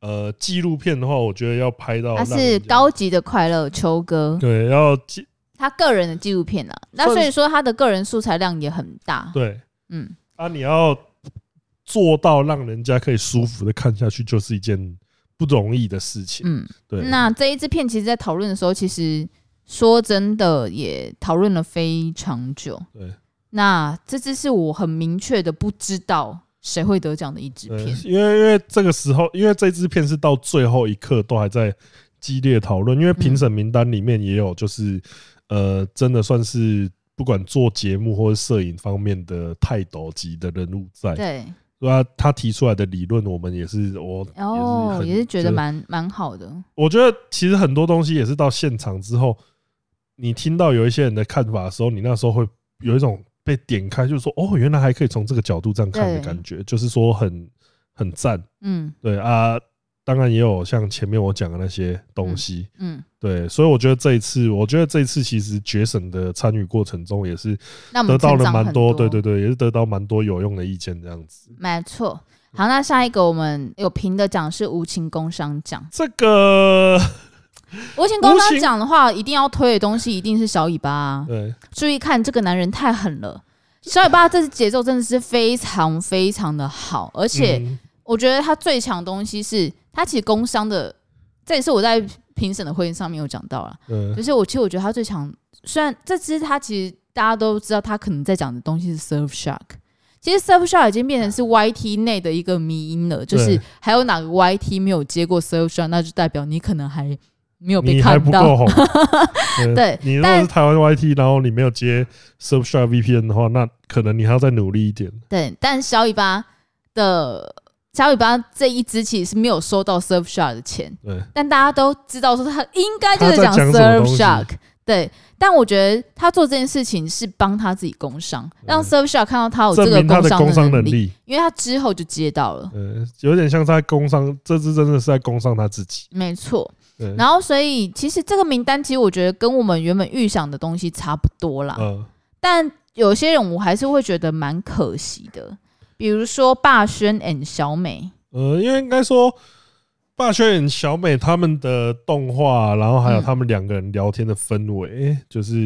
S1: 呃纪录片的话，我觉得要拍到
S2: 他
S1: 让人
S2: 是
S1: 家
S2: 高级的快乐秋哥，
S1: 对，要纪
S2: 他个人的纪录片啊，那
S1: 算
S2: 所以说他的个人素材量也很大，
S1: 对
S2: 嗯，
S1: 啊，你要做到让人家可以舒服的看下去，就是一件不容易的事情。
S2: 嗯，
S1: 对，
S2: 那这一支片其实，在讨论的时候，其实说真的也讨论了非常久。
S1: 对，
S2: 那这支是我很明确的不知道谁会得奖的一支
S1: 对
S2: 片，
S1: 因为因为这个时候，因为这支片是到最后一刻都还在激烈讨论，因为评审名单里面也有就是、呃，真的算是。不管做节目或者摄影方面的泰斗级的人物在，
S2: 对，
S1: 对啊，他提出来的理论，我们也是我
S2: 然后
S1: 很
S2: 哦也是觉得。蛮蛮好的，
S1: 我觉得其实很多东西也是到现场之后，你听到有一些人的看法的时候，你那时候会有一种被点开，就是说哦，原来还可以从这个角度这样看的
S2: 对
S1: 感觉，就是说很很赞。
S2: 嗯
S1: 对啊，当然也有像前面我讲的那些东西。
S2: 嗯，
S1: 对，所以我觉得这一次，我觉得这一次其实决审的参与过程中也是
S2: 那我们
S1: 得到
S2: 嗯成
S1: 了
S2: 长
S1: 蛮
S2: 很多，
S1: 对对对，也是得到蛮多有用的意见这样子。
S2: 没错。
S1: 嗯
S2: 好，那下一个我们有评的奖是无情工商奖。
S1: 这 个
S2: 无情工
S1: 无
S2: 商
S1: 情。
S2: 奖的话，一定要推的东西一定是小尾巴、啊
S1: 对，
S2: 注意看，这个男人太狠了。小尾巴这次节奏真的是非常非常的好，而且
S1: 嗯
S2: 我觉得他最强的东西是，他其实工伤的，这也是我在评审的会议上面有讲到了，
S1: 嗯
S2: 就是我其实我觉得他最强，虽然这支他其实大家都知道他可能在讲的东西是 Surf Shark。其实 Surf Shark 已经变成是 YT 内的一个迷因了，就是
S1: 对
S2: 还有哪个 YT 没有接过 Surf Shark，那就代表你可能还没有被
S1: 你还
S2: 看
S1: 不
S2: 到
S1: 够。红。
S2: 对
S1: 你如果
S2: 但
S1: 是台湾 YT，然后你没有接 Surfshark VPN 的话，那可能你还要再努力一点。
S2: 对，但小尾巴的小尾巴这一支其实是没有收到 Surfshark 的钱，
S1: 对，
S2: 但大家都知道说他应该就
S1: 他
S2: 是
S1: 在
S2: 讲
S1: 讲什么东西
S2: Surfshark。对，但我觉得他做这件事情是帮他自己工伤，让 Surfshark 看到他有哦这
S1: 嗯证
S2: 个
S1: 明他的工
S2: 商
S1: 商能
S2: 力，
S1: 力，
S2: 因为他之后就接到了，
S1: 呃，有点像是在工商，这次真的是在工商他自己。
S2: 没错。
S1: 对，
S2: 然后，所以其实这个名单，其实我觉得跟我们原本预想的东西差不多啦。
S1: 呃，
S2: 但有些人我还是会觉得蛮可惜的，比如说霸轩 and 小美，
S1: 呃，因为应该说。霸轩、小美他们的动画，然后还有
S2: 嗯
S1: 他们两个人聊天的氛围，就是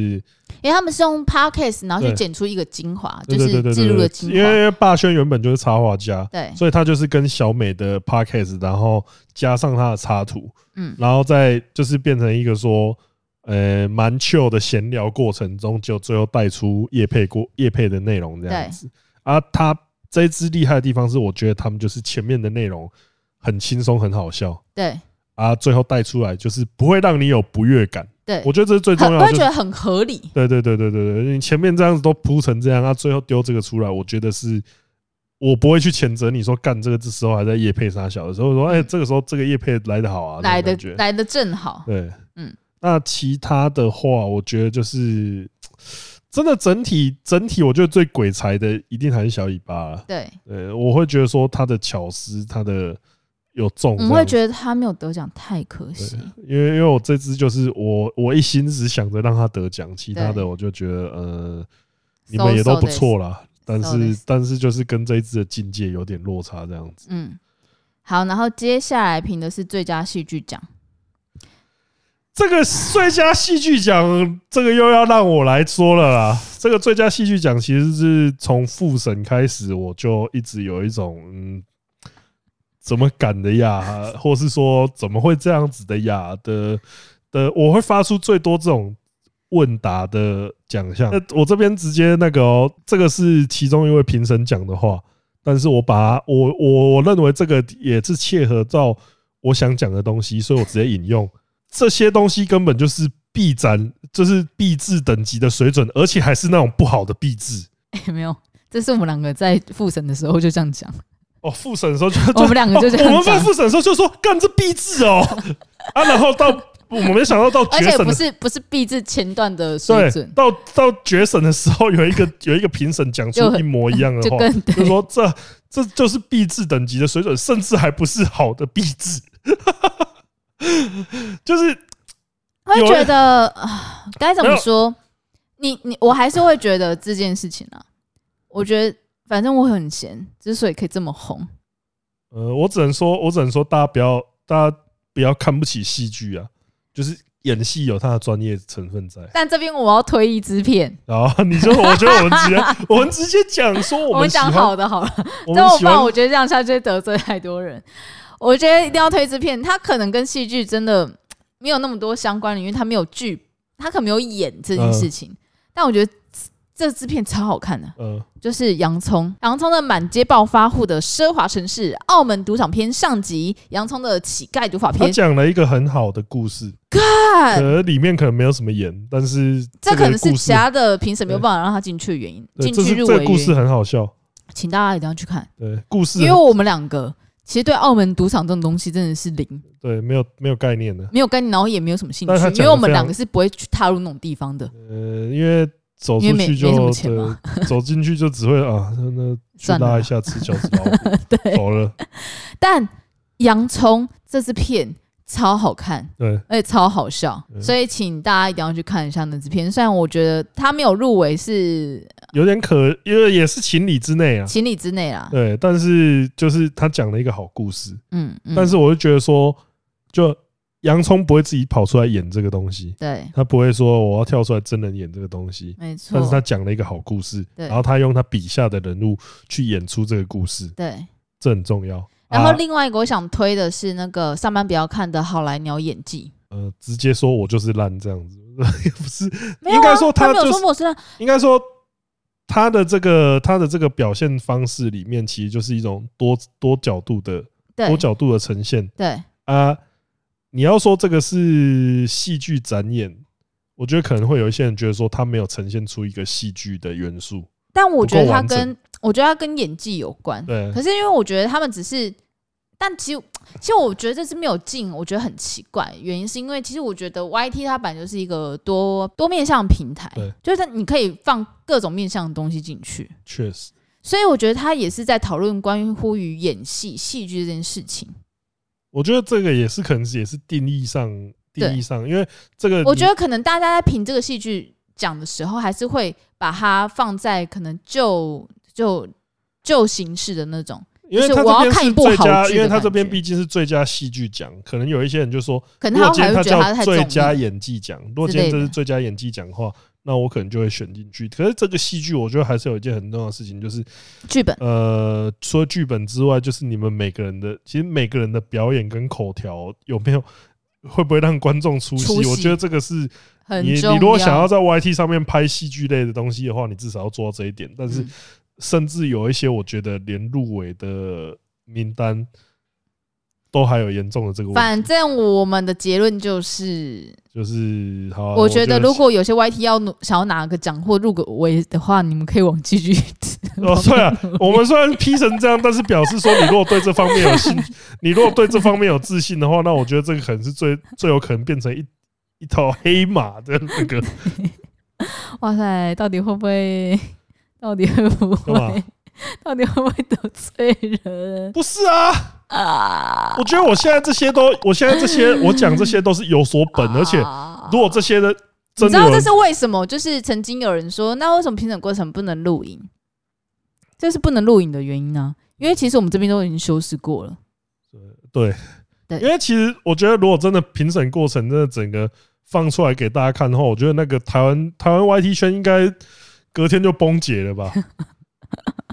S2: 因为他们是用 podcast，然后去
S1: 对
S2: 剪出一个精华，
S1: 对
S2: 就
S1: 对对
S2: 是
S1: 对
S2: 记录
S1: 对对，
S2: 的精
S1: 因
S2: 华。
S1: 为霸轩原本就是插画家，
S2: 对，
S1: 所以他就是跟小美的 podcast，然后加上他的插图，
S2: 嗯，
S1: 然后再就是变成一个说，呃，蛮 chill 的闲聊过程中，就最后带出叶配过叶配的内容这样子。啊，他这一支厉害的地方是，我觉得他们就是前面的内容很轻松，很好笑
S2: 对
S1: 啊，最后带出来就是不会让你有不悦感。
S2: 对，
S1: 我觉得这是最重
S2: 很
S1: 要的。
S2: 我会
S1: 就
S2: 觉
S1: 是
S2: 得很合理。
S1: 对对对对对对，你前面这样子都铺成这样，啊，最后丢这个出来，我觉得是。我不会去谴责你说干这个，这时候还在叶配杀小的时候说，哎、这个时候这个叶配来的好啊，
S2: 来
S1: 的
S2: 的嗯来的正好，
S1: 对，
S2: 嗯
S1: 嗯，那其他的话，我觉得就是真的整体整体，我觉得最鬼才的一定还是小尾巴了。
S2: 对，
S1: 对，我会觉得说他的巧思，他的有重
S2: 我
S1: 这样，
S2: 们会觉得他没有得奖太可惜
S1: 嗯对。，因为因为我这支就是我我一心只想着让他得奖，其他
S2: 对
S1: 的我就觉得呃，你
S2: So-
S1: 们也都
S2: so
S1: 不
S2: this
S1: 错啦。但
S2: So
S1: 是
S2: this
S1: 但是就是跟这一支的境界有点落差这样子。
S2: 嗯，好，然后接下来评的是最佳戏剧奖，
S1: 这个最佳戏剧奖，这个又要让我来说了啦。这个最佳戏剧奖其实是从复审开始，我就一直有一种嗯，怎么敢的呀，或是说怎么会这样子的呀的的，我会发出最多这种问答的奖项。那我这边直接那个哦，这个是其中一位评审讲的话，但是我把它我我我认为这个也是切合到我想讲的东西，所以我直接引用这些东西根本就是必展，就是必制等级的水准，而且还是那种不好的必制。
S2: 也哎没有，这是我们两个在复审的时候就这样 讲，
S1: 哦，复审的时候就
S2: 我们两个就这
S1: 哦我
S2: 样
S1: 们
S2: 啊
S1: 在
S2: 讲，
S1: 复审的时候就说干这必制哦 啊，然后到我没想到到
S2: 而
S1: 决
S2: 且
S1: 审
S2: 不
S1: 的
S2: 是不是必至前段的水
S1: 对
S2: 准，，
S1: 到到决审的时候有一个有一个评审讲
S2: 就
S1: 出
S2: 很
S1: 一模一样的
S2: 就
S1: 话，
S2: 更
S1: 就
S2: 对
S1: 说这这就是币制等级的水准，甚至还不是好的币制， 就是
S2: 会
S1: 有
S2: 觉得啊，该怎
S1: 没
S2: 么
S1: 有
S2: 说？你你我还是会觉得这件事情啊，我觉得反正我很闲，之所以可以这么红，
S1: 呃，我只能说，我只能说，大家不要大家不要看不起戏剧啊，就是演戏有它的专业成分在。
S2: 但这边我要推一支片，
S1: 然后 你就我觉得我们直接我们直接讲说
S2: 我
S1: 我们喜
S2: 讲
S1: 欢
S2: 好的好了，
S1: 我
S2: 但
S1: 们
S2: 我
S1: 喜
S2: 不然
S1: 欢
S2: 我觉得这样下去会得罪太多人。我觉得一定要推一支片，它可能跟戏剧真的没有那么多相关的，因为它没有剧，它可能没有演这
S1: 嗯
S2: 件事情。但我觉得这支片超好看的，
S1: 呃
S2: 就是洋葱，洋葱的满街暴发户的奢华城市，澳门赌场篇上集，洋葱的乞丐赌法
S1: 他
S2: 篇，
S1: 讲了一个很好的故事，可
S2: 看，
S1: 能里面可能没有什么演，但是
S2: 嗯这可能
S1: 故
S2: 是其
S1: 事
S2: 他的评审没有办法让他进去的原因，
S1: 对
S2: 进
S1: 这
S2: 去
S1: 是
S2: 入
S1: 这
S2: 围
S1: 个
S2: 的
S1: 故
S2: 原
S1: 事
S2: 因，
S1: 很好笑，
S2: 请大家一定要去看，
S1: 对故事
S2: 因为我们两个其实对澳门赌场这种东西真的是零，
S1: 对没有没有概念的，
S2: 没有跟你，然后也没有什么兴
S1: 但是他
S2: 趣，
S1: 讲得
S2: 因为我们
S1: 非常
S2: 两个是不会去踏入那种地方的，
S1: 呃，因为走
S2: 嗯因
S1: 出
S2: 为没
S1: 去就
S2: 没什么钱嘛
S1: 对走进去就只会啊，那那去
S2: 算了
S1: 拉一下吃饺子老虎，
S2: 对。
S1: 走了，
S2: 但洋葱这支片超好看，
S1: 对，
S2: 而且超好笑，
S1: 嗯
S2: 所以请大家一定要去看一下那支片。虽然我觉得它没有入围是
S1: 有点可，因为也是情理之内啊，
S2: 情理之内啦，
S1: 对，但是就是他讲了一个好故事，
S2: 嗯，嗯
S1: 但是我就觉得说，就洋葱不会自己跑出来演这个东西，
S2: 对，
S1: 他不会说我要跳出来真人演这个东西，
S2: 没
S1: 但是他
S2: 错，
S1: 讲了一个好故事，
S2: 对
S1: 然后他用他笔下的人物去演出这个故事，
S2: 对。
S1: 这很重要。
S2: 然后
S1: 啊
S2: 另外一个我想推的是那个上班不要看的好来鸟演技，
S1: 呃，直接说我就是烂这样子， 也不是，
S2: 没有
S1: 应
S2: 啊
S1: 该说
S2: 他
S1: 他
S2: 没有
S1: 就是
S2: 说我是
S1: 应该说他的这个他的这个表现方式里面，其实就是一种多多角度的
S2: 对
S1: 多角度的呈现
S2: 对
S1: 啊。你要说这个是戏剧展演，我觉得可能会有一些人觉得说他没有呈现出一个戏剧的元素，
S2: 但我觉得他
S1: 不够完
S2: 跟我觉得他跟演技有关，
S1: 对
S2: 可是因为我觉得他们只是，但其实其实我觉得这是没有进，我觉得很奇怪，原因是因为其实我觉得 YT 它本来就是一个多多面向的平台
S1: 对，
S2: 就是你可以放各种面向的东西进去，
S1: 确实，
S2: 所以我觉得他也是在讨论关乎于演戏戏剧这件事情。
S1: 我觉得这个也是可能也是定义上定义上，因为这个
S2: 我觉
S1: 得
S2: 得可能大家在评这个戏剧奖的时候，还是会把它放在可能旧旧旧形式的那种，
S1: 因为
S2: 就是
S1: 他
S2: 我要
S1: 这边
S2: 看一
S1: 是
S2: 部
S1: 最
S2: 好
S1: 佳，
S2: 剧
S1: 因为
S2: 的
S1: 他这
S2: 感
S1: 边
S2: 觉
S1: 毕竟是最佳戏剧奖，可能有一些人就说
S2: 可
S1: 如果
S2: 能他
S1: 今天
S2: 还会
S1: 他
S2: 觉得
S1: 叫
S2: 它太重
S1: 最佳
S2: 要。
S1: 演技奖，如果
S2: 之
S1: 今天
S2: 类
S1: 这是
S2: 的
S1: 最佳演技奖的话，那我可能就会选进去。可是这个戏剧，我觉得还是有一件很重要的事情，就是
S2: 剧本
S1: 呃，除了剧本之外，就是你们每个人的，其实每个人的表演跟口条有没有会不会让观众出
S2: 出
S1: 戏？
S2: 戏
S1: 我觉得这个是
S2: 很
S1: 你
S2: 重
S1: 你如果想要在 YT 上面拍戏剧类的东西的话，你至少要做到这一点。但是
S2: 嗯
S1: 甚至有一些我觉得连入围的名单都还有严重的这个问题，
S2: 反正我们的结论就是，
S1: 就是好啊、
S2: 我觉得如
S1: 果
S2: 果有些 YT 要努想要拿个奖或入个围的话，你们可以往继续
S1: 哦，对啊， 我们虽然批成这样，但是表示说，你如果对这方面有 兴趣，你如果对这方面有自信的话，那我觉得这个可能是最最有可能变成一一头黑马的那 个。
S2: 哇塞，到底会不会？ 到底会不
S1: 干
S2: 会
S1: 嘛？
S2: 到底会不会得罪人
S1: 不是啊，
S2: 啊？
S1: 我觉得我现在这些都，我现在这些我讲这些都是有所本，而且如果这些的
S2: 啊你
S1: 真
S2: 知
S1: 的
S2: 道
S1: 有
S2: 这
S1: 人
S2: 是为什么？就是曾经有人说，那为什么评审过程不能录影？这是不能录影的原因呢、因为其实我们这边都已经修饰过了。
S1: 对
S2: 对
S1: 因为其实我觉得如果真的评审过程真的整个放出来给大家看的话，我觉得那个台湾台湾 YT 圈应该隔天就崩解了 吧。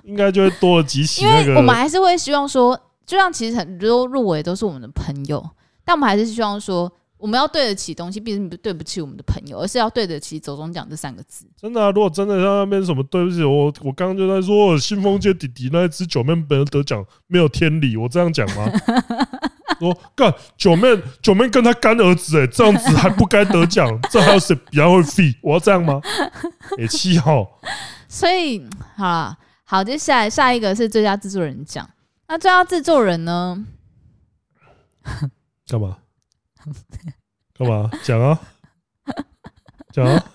S1: 应该就会多了几起
S2: 因
S1: 那
S2: 为
S1: 个，
S2: 我们还是会希望说，就像其实很多入围都是我们的朋友，但我们还是希望说，我们要对得起东西，毕竟对不起我们的朋友，而是要对得起“走中奖”这三个字。
S1: 真的啊，如果真的像那边什么对不起，我我刚刚就在说我信封街弟弟那一只九妹没得奖，没有天理，我这样讲 吗？我干九妹九妹跟他干儿子哎、这样子还不该得奖，这还有谁比较会 f 我要这样 吗？哎、七号
S2: 所以嗯好啦，好，接下来下一个是最佳制作人奖。那最佳制作人呢？
S1: 干嘛？干嘛讲啊？讲啊？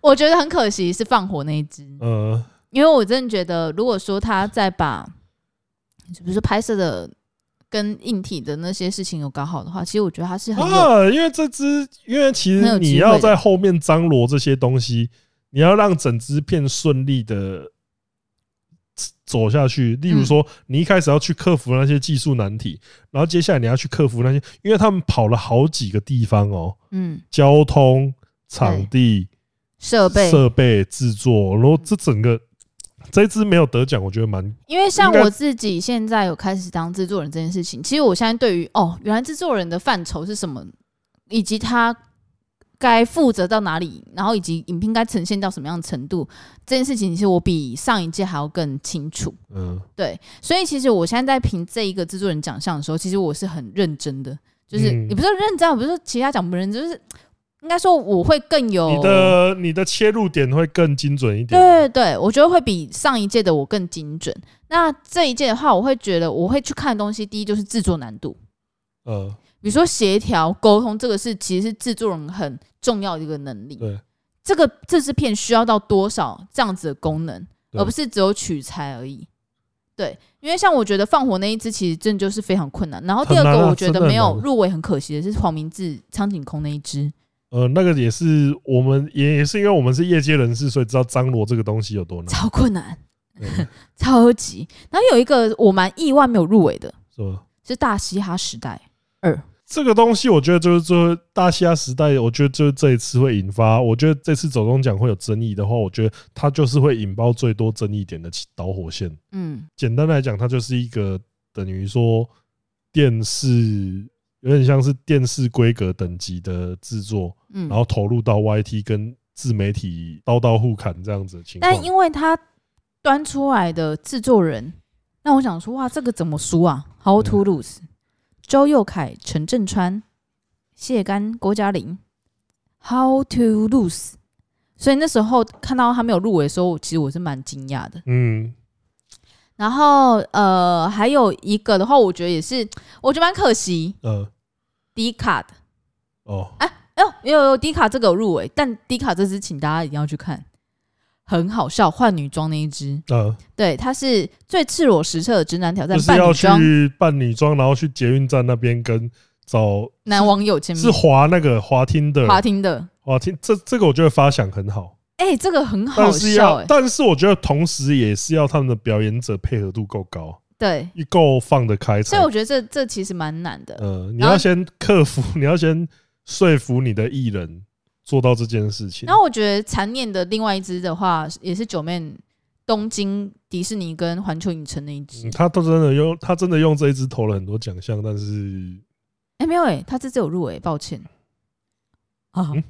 S2: 我觉得很可惜是放火那一只，
S1: 呃，
S2: 因为我真的觉得，如果说他再把，比如说拍摄的跟硬体的那些事情有搞好的话，其实我觉得他是很有、
S1: 啊，因为这只，因为其
S2: 很
S1: 实
S2: 有
S1: 你
S2: 机会
S1: 要
S2: 的
S1: 在后面张罗这些东西，你要让整支片顺利的走下去。例如
S2: 嗯
S1: 说，你一开始要去克服那些技术难题，然后接下来你要去克服那些，因为他们跑了好几个地方哦，
S2: 嗯
S1: 交通、场地、
S2: 设备，
S1: 设备、制作，然后这整个这支没有得奖，我觉得蛮
S2: 因为像
S1: 应该
S2: 我自己现在有开始当制作人这件事情，其实我现在对于哦，原来制作人的范畴是什么，以及他该负责到哪里，然后以及影片该呈现到什么样的程度，这件事情其实我比上一届还要更清楚。
S1: 嗯
S2: 对，所以其实我现在在评这一个制作人奖项的时候，其实我是很认真的，就是、
S1: 嗯
S2: 也不是认真啊，我不是说其他奖不认真，就是应该说我会更有
S1: 你的你的切入点会更精准一点。
S2: 哦对对对，我觉得会比上一届的我更精准。那这一届的话，我会觉得我会去看的东西，第一就是制作难度，
S1: 嗯，
S2: 比如说协调、沟通，这个是其实是制作人很重要的一个能力。
S1: 对，
S2: 这个这支片需要到多少这样子的功能，
S1: 对
S2: 而不是只有取材而已。对，因为像我觉得放火那一支其实真的就是非常困难。然后第二
S1: 很难
S2: 个
S1: 啊
S2: 我觉
S1: 真
S2: 得
S1: 的很
S2: 没有
S1: 难
S2: 入围很可惜的是黄明志、苍井空那一支。
S1: 呃，那个也是我们也也是因为我们是业界人士，所以知道张罗这个东西有多 难，
S2: 超困难，
S1: 对
S2: 超级。然后有一个我蛮意外没有入围的，
S1: 是吧？
S2: 是大嘻哈时代。
S1: 这个东西我觉得就是说大西亚时代，我觉得就这一次会引发，我觉得这次走中奖会有争议的话，我觉得它就是会引爆最多争议点的起导火线。
S2: 嗯
S1: 简单来讲，它就是一个等于说电视有点像是电视规格等级的制作，
S2: 嗯，
S1: 然后投入到 YT 跟自媒体刀刀互砍这样子的情况。
S2: 但因为他端出来的制作人，那我想说，哇，这个怎么输啊？How to lose？周
S1: 嗯
S2: 佑凯、陈振川、谢甘、郭嘉玲，How to lose？所以那时候看到他没有入围的时候，其实我是蛮惊讶的。
S1: 嗯，
S2: 然后呃，还有一个的话，我觉得也是，我觉得蛮可惜。
S1: 呃，
S2: 迪卡的，
S1: 哦，
S2: 哎呦，有有迪卡这个有入围，但迪卡这支请大家一定要去看，很好笑，换女装那一支。
S1: 呃。
S2: 对，它是最赤裸实测的直男挑战
S1: 就是
S2: 扮
S1: 要
S2: 女装
S1: 去扮女装，然后去捷运站那边跟找
S2: 男网友前
S1: 是
S2: 面
S1: 滑那个滑听的
S2: 滑听的，
S1: 滑听，这这个我觉得发想很好，
S2: 哎、这个很好
S1: 但是
S2: 笑哎、
S1: 要但是我觉得同时也是要他们的表演者配合度够高，
S2: 对，
S1: 一够放得开才
S2: 所以。我觉得这这其实蛮难的，
S1: 呃，你
S2: 然后
S1: 要先克服， 你要先说服你的艺人做到这件事情
S2: 然。后我觉得残念的另外一支的话也是九妹东京迪士尼跟环球影城那一支，
S1: 嗯
S2: 哎、
S1: 他都真的用，他真的用这一支投了很多奖项，但是
S2: 没有哎、他这次有入围，抱歉啊，
S1: 嗯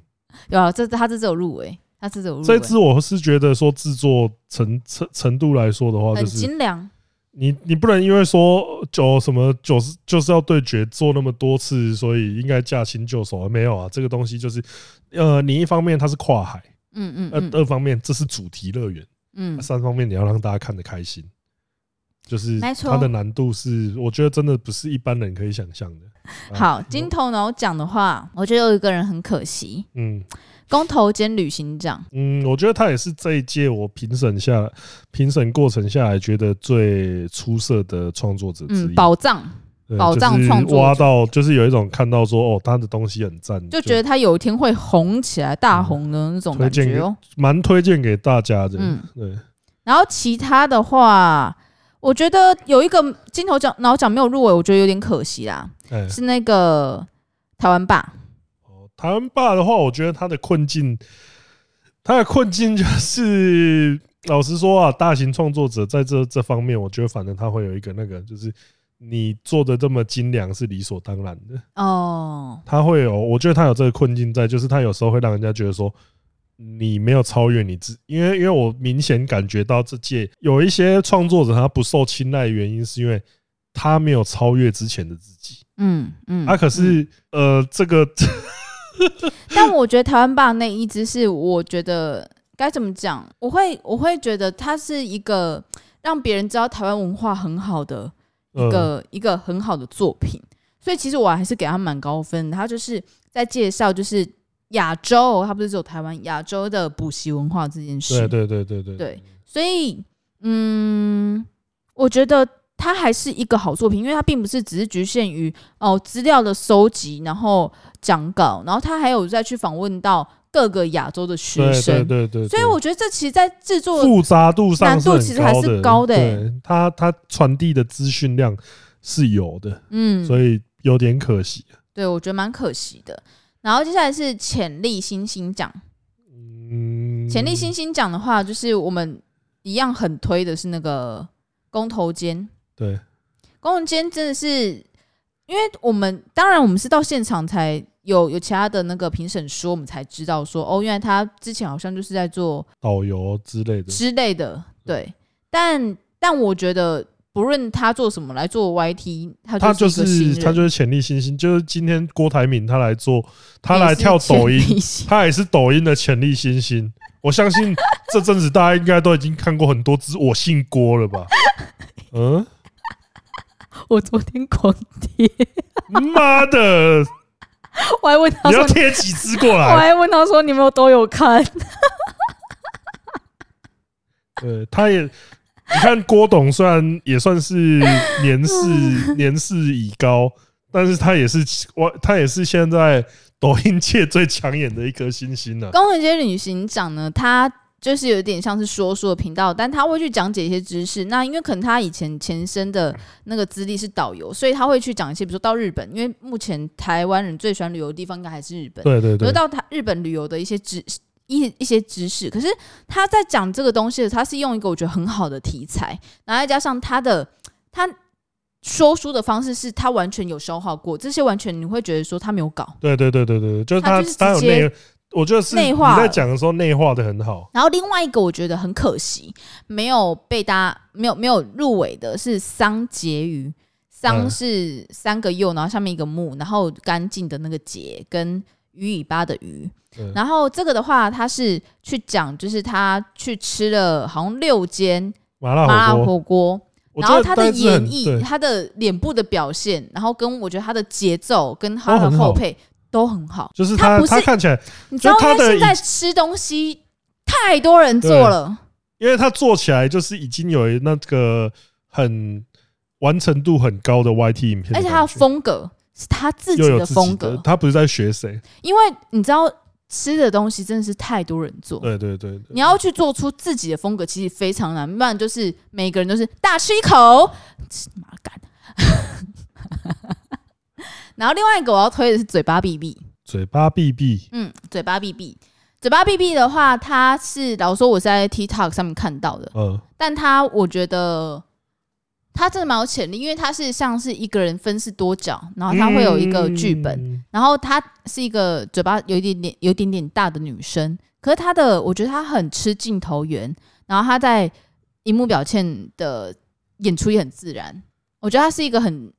S2: 有啊，这他这次有入围，他这次有入
S1: 这
S2: 围
S1: 一，支我是觉得说制作程程程度来说的话，
S2: 很
S1: 就是
S2: 精良，
S1: 你你不能因为说九什么九十就是要对决做那么多次，所以应该驾轻就熟啊？没有啊，这个东西就是，呃，你一方面它是跨海，
S2: 嗯
S1: 二
S2: 嗯嗯
S1: 二方面这是主题乐园，
S2: 嗯，
S1: 三方面你要让大家看得开心，就是
S2: 没错
S1: 它的难度是，我觉得真的不是一般人可以想象的。啊
S2: 好，金头脑奖的话，我觉得有一个人很可惜，
S1: 嗯
S2: 公投兼旅行长，
S1: 嗯，我觉得他也是这一届我评审下评审过程下来觉得最出色的创作者之
S2: 嗯，
S1: 一。
S2: 宝藏
S1: 对
S2: 宝藏
S1: 就是
S2: 创作
S1: 挖
S2: 者
S1: 到，就是有一种看到说哦，他的东西很赞，
S2: 就觉得他有一天会红起来，大红的那
S1: 嗯
S2: 种感觉哦。
S1: 蛮推荐给大家的。
S2: 嗯
S1: 对，
S2: 然后其他的话，我觉得有一个金头奖脑奖没有入围，我觉得有点可惜啦，
S1: 哎，
S2: 是那个台湾霸，
S1: 哦台湾霸的话，我觉得他的困境，他的困境就是，老实说啊，大型创作者在这这方面，我觉得反正他会有一个那个，就是你做的这么精良是理所当然的。
S2: 哦，
S1: 他会有，我觉得他有这个困境在，就是他有时候会让人家觉得说你没有超越你自，因为因为我明显感觉到这届有一些创作者他不受青睐的原因，是因为他没有超越之前的自己。
S2: 嗯嗯，
S1: 啊，可
S2: 嗯，
S1: 是呃，这个
S2: 但我觉得台湾棒那一支是，我觉得该怎么讲？我会我会觉得它是一个让别人知道台湾文化很好的一
S1: 呃，
S2: 个、一个很好的作品，所以其实我还是给他蛮高分的。他就是在介绍就是亚洲，他不是只有台湾亚洲的补习文化这件事，
S1: 对对对对对
S2: 对，所以嗯，我觉得它还是一个好作品，因为它并不是只是局限于哦资料的收集，然后讲稿，然后他还有再去访问到各个亚洲的学
S1: 对
S2: 生
S1: 对，对对，
S2: 所以我觉得这其实，在制作
S1: 复杂度上
S2: 难
S1: 是
S2: 度
S1: 很
S2: 其实还是高
S1: 高
S2: 的欸
S1: 对它它传递的资讯量是有的，
S2: 嗯，
S1: 所以有点可惜。
S2: 对我觉得蛮可惜的。然后接下来是潜力新星奖，
S1: 嗯，
S2: 潜力新星奖的话，就是我们一样很推的是那个公头尖，
S1: 对
S2: 公头尖真的是，因为我们当然我们是到现场才有有其他的那个评审说，我们才知道说哦，原来他之前好像就是在做
S1: 导游之类的，
S2: 之类
S1: 嗯
S2: 的，对，但但我觉得不论他做什么来做 YT，他
S1: 他
S2: 就
S1: 就是
S2: 一个新
S1: 是
S2: 人
S1: 他就是潜力新星，就是今天郭台铭他来做，他
S2: 也
S1: 来
S2: 是
S1: 跳抖音
S2: 潜，力新
S1: 他也是抖音的潜力新星。我相信这阵子大家应该都已经看过很多只我姓郭了吧？嗯，
S2: 我昨天狂贴，
S1: 妈的，
S2: 我还问他
S1: 你
S2: 说
S1: 要贴几只过
S2: 我
S1: 来？
S2: 还问他说：“你们都有看
S1: 对，他也，你看郭董虽然也算是年 事年事已高，但是他也是我，他也是现在抖音界最抢眼的一颗新星啊了、？”
S2: 工人街旅行长呢，他就是有点像是说书的频道，但他会去讲解一些知识。那因为可能他以前前身的那个资历是导游，所以他会去讲一些，比如说到日本，因为目前台湾人最喜欢旅游的地方应该还是日本，
S1: 对对
S2: 比如
S1: 对，
S2: 到他日本旅游的一些知一一些知识。可是他在讲这个东西的时候，他是用一个我觉得很好的题材，然后再加上他的他。说书的方式是他完全有消化过，这些完全你会觉得说他没有搞，
S1: 对对对对对，对就是
S2: 他
S1: 他
S2: 就是
S1: 他有
S2: 直接
S1: 内，我觉得是
S2: 内
S1: 你
S2: 化了
S1: 在讲的时候内化的很好。
S2: 然后另外一个我觉得很可惜，没有被大家没有没有入围的是桑婕妤，桑
S1: 嗯
S2: 是三个又，然后下面一个木，然后干净的那个婕跟鱼尾巴的鱼。
S1: 嗯
S2: 然后这个的话，他是去讲，就是他去吃了好像六间
S1: 麻辣
S2: 麻辣
S1: 火锅，
S2: 火锅，
S1: 我
S2: 然
S1: 觉
S2: 后
S1: 得
S2: 他
S1: 大
S2: 的
S1: 家是
S2: 演
S1: 很
S2: 绎、
S1: 对
S2: 他的脸部的表现，然后跟我觉得他的节奏跟他的
S1: 都很好
S2: 后配都很好。
S1: 就是
S2: 他
S1: 他
S2: 不是
S1: 他看起来，
S2: 你知道，
S1: 就他
S2: 因为
S1: 的
S2: 现在吃东西太多人做
S1: 对
S2: 了。
S1: 因为他做起来就是已经有那个很完成度很高的 YT 影片的感觉，
S2: 而且他的风格是他自己
S1: 又有
S2: 的
S1: 自己
S2: 风格，
S1: 他不是在学谁？
S2: 因为你知道吃的东西真的是太多人做，
S1: 对对对对
S2: 你要去做出自己的风格，其实非常难。不然就是每个人都是大吃一口，吃妈干。 然后另外一个我要推的是嘴巴闭闭，
S1: 嘴巴闭闭，
S2: 嗯，嘴巴闭闭，嘴巴闭闭的话，它是老实说我是在 TikTok 上面看到的，
S1: 嗯，
S2: 但他我觉得他真的蛮有潜力，因为他是像是一个人分饰多角，然啊后他会有一个剧本，
S1: 嗯
S2: 然后她是一个嘴巴有一点点、有一点点大的女生，可是她的，我觉得她很吃镜头缘，然后她在荧幕表现的演出也很自然。我觉得她是一个很，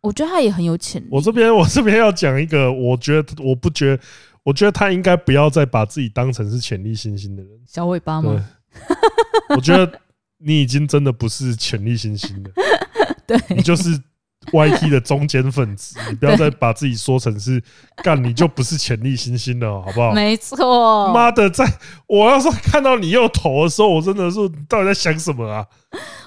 S2: 我觉得她也很有潜力。
S1: 我这边我这边要讲一个，我觉得我不觉得，我觉得他应该不要再把自己当成是潜力新星的人。
S2: 小尾巴
S1: 对
S2: 吗？，
S1: 我觉得你已经真的不是潜力新星了，
S2: 对，
S1: 你就是 YT 的中间分 子，你不要再把自己说成是干，你就不是潜力新星了，好不好？
S2: 没错。
S1: 妈的，在我要是看到你又投的时候，我真的是你到底在想什么啊？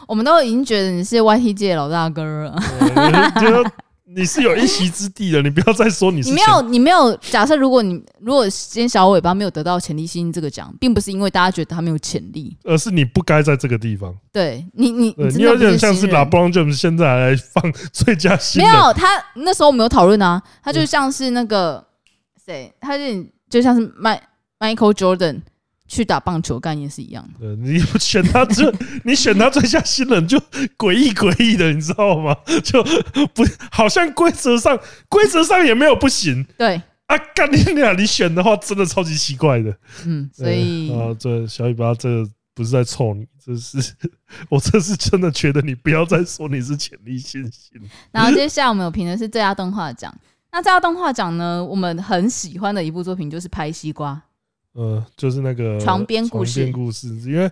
S2: 我们都已经觉得你是 YT 界的老大哥 了。
S1: 对就是你是有一席之地的，你不要再说你是
S2: 你没
S1: 潜
S2: 有，你没有。假设如果你如果今天小尾巴没有得到潜力星这个奖，并不是因为大家觉得他没有潜力，
S1: 而是你不该在这个地方。
S2: 对你，你
S1: 对
S2: 真
S1: 你
S2: 的
S1: 有
S2: 不是
S1: 点像
S2: 新
S1: 是
S2: 人
S1: LeBron James 现在还来放最佳新
S2: 没
S1: 人，嗯
S2: 有，他那时候我们有讨论啊，他就像是那个谁，他就就像是迈 Michael Jordan，去打棒球概念是一样的。
S1: 呃，你选他这， 你选他最佳新人就诡异诡异的，你知道吗？就不好像规则上规则上也没有不行
S2: 对，
S1: 啊！干你俩，你选的话真的超级奇怪的。
S2: 嗯，所以
S1: 对啊，这小尾巴，这个不是在臭你，这是 我这是真的觉得你不要再说你是潜力新星。
S2: 然后接下来我们有评的是最佳动画奖。那最佳动画奖呢，我们很喜欢的一部作品就是《拍西瓜》。
S1: 呃，就是那个
S2: 床边故事
S1: 床边故事，因为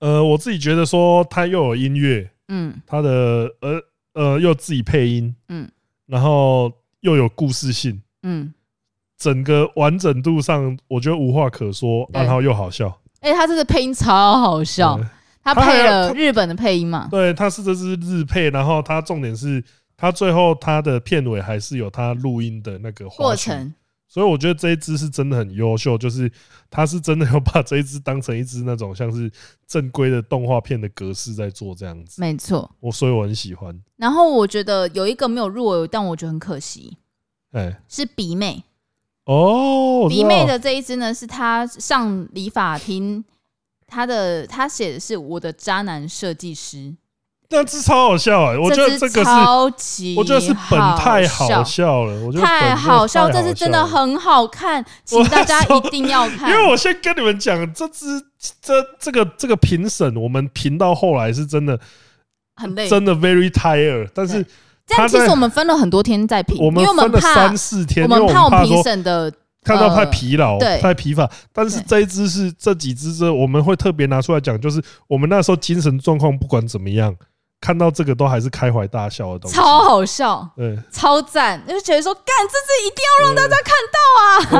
S1: 呃，我自己觉得说它又有音乐，
S2: 嗯
S1: 它的呃呃又自己配音，
S2: 嗯
S1: 然后又有故事性，
S2: 嗯，
S1: 整个完整度上我觉得无话可说，
S2: 对
S1: 然后又好笑。
S2: 哎、他这个配音超好笑，
S1: 呃
S2: 他
S1: 他还
S2: 配
S1: 有
S2: 了
S1: 他
S2: 日本的配音嘛？
S1: 对，它是这是日配，然后它重点是它最后它的片尾还是有它录音的那个花絮
S2: 过，程，
S1: 所以我觉得这一支是真的很优秀，就是它是真的有把这一支当成一支那种像是正规的动画片的格式在做这样子，
S2: 没错。
S1: 我所以我很喜欢。
S2: 然后我觉得有一个没有入围，但我觉得很可惜，
S1: 哎、
S2: 是鼻妹。
S1: 哦，我知
S2: 鼻
S1: 道
S2: 妹的这一支呢，是她上理发厅，她的她写的是我的渣男设计师，
S1: 那支超好笑哎、我觉得
S2: 这
S1: 这
S2: 支
S1: 个是，
S2: 超级，
S1: 我觉得是本太好笑了，我觉得本
S2: 太
S1: 真的
S2: 好笑，
S1: 太
S2: 这是真的
S1: 了
S2: 很好看，请大家一定要
S1: 因
S2: 看。
S1: 为我先跟你们讲，这支这这个这个评审，我们评到后来是真的
S2: 很累，
S1: 真的 very tired，但是
S2: 这样
S1: 他
S2: 其
S1: 在
S2: 实我们分了很多天在评，
S1: 我们
S2: 因为我
S1: 分了
S2: 们怕
S1: 三四天，因为
S2: 们
S1: 我
S2: 怕
S1: 们
S2: 我
S1: 怕
S2: 们评
S1: 说
S2: 审的
S1: 看到太
S2: 呃
S1: 疲劳、
S2: 对
S1: 太疲乏。但是
S2: 对
S1: 这一支是这几支是我们会特别拿出来讲，就是我们那时候精神状况不管怎么样，看到这个都还是开怀大笑的东西。
S2: 超好笑，
S1: 对，
S2: 超赞，就觉得说干这支一定要让大家看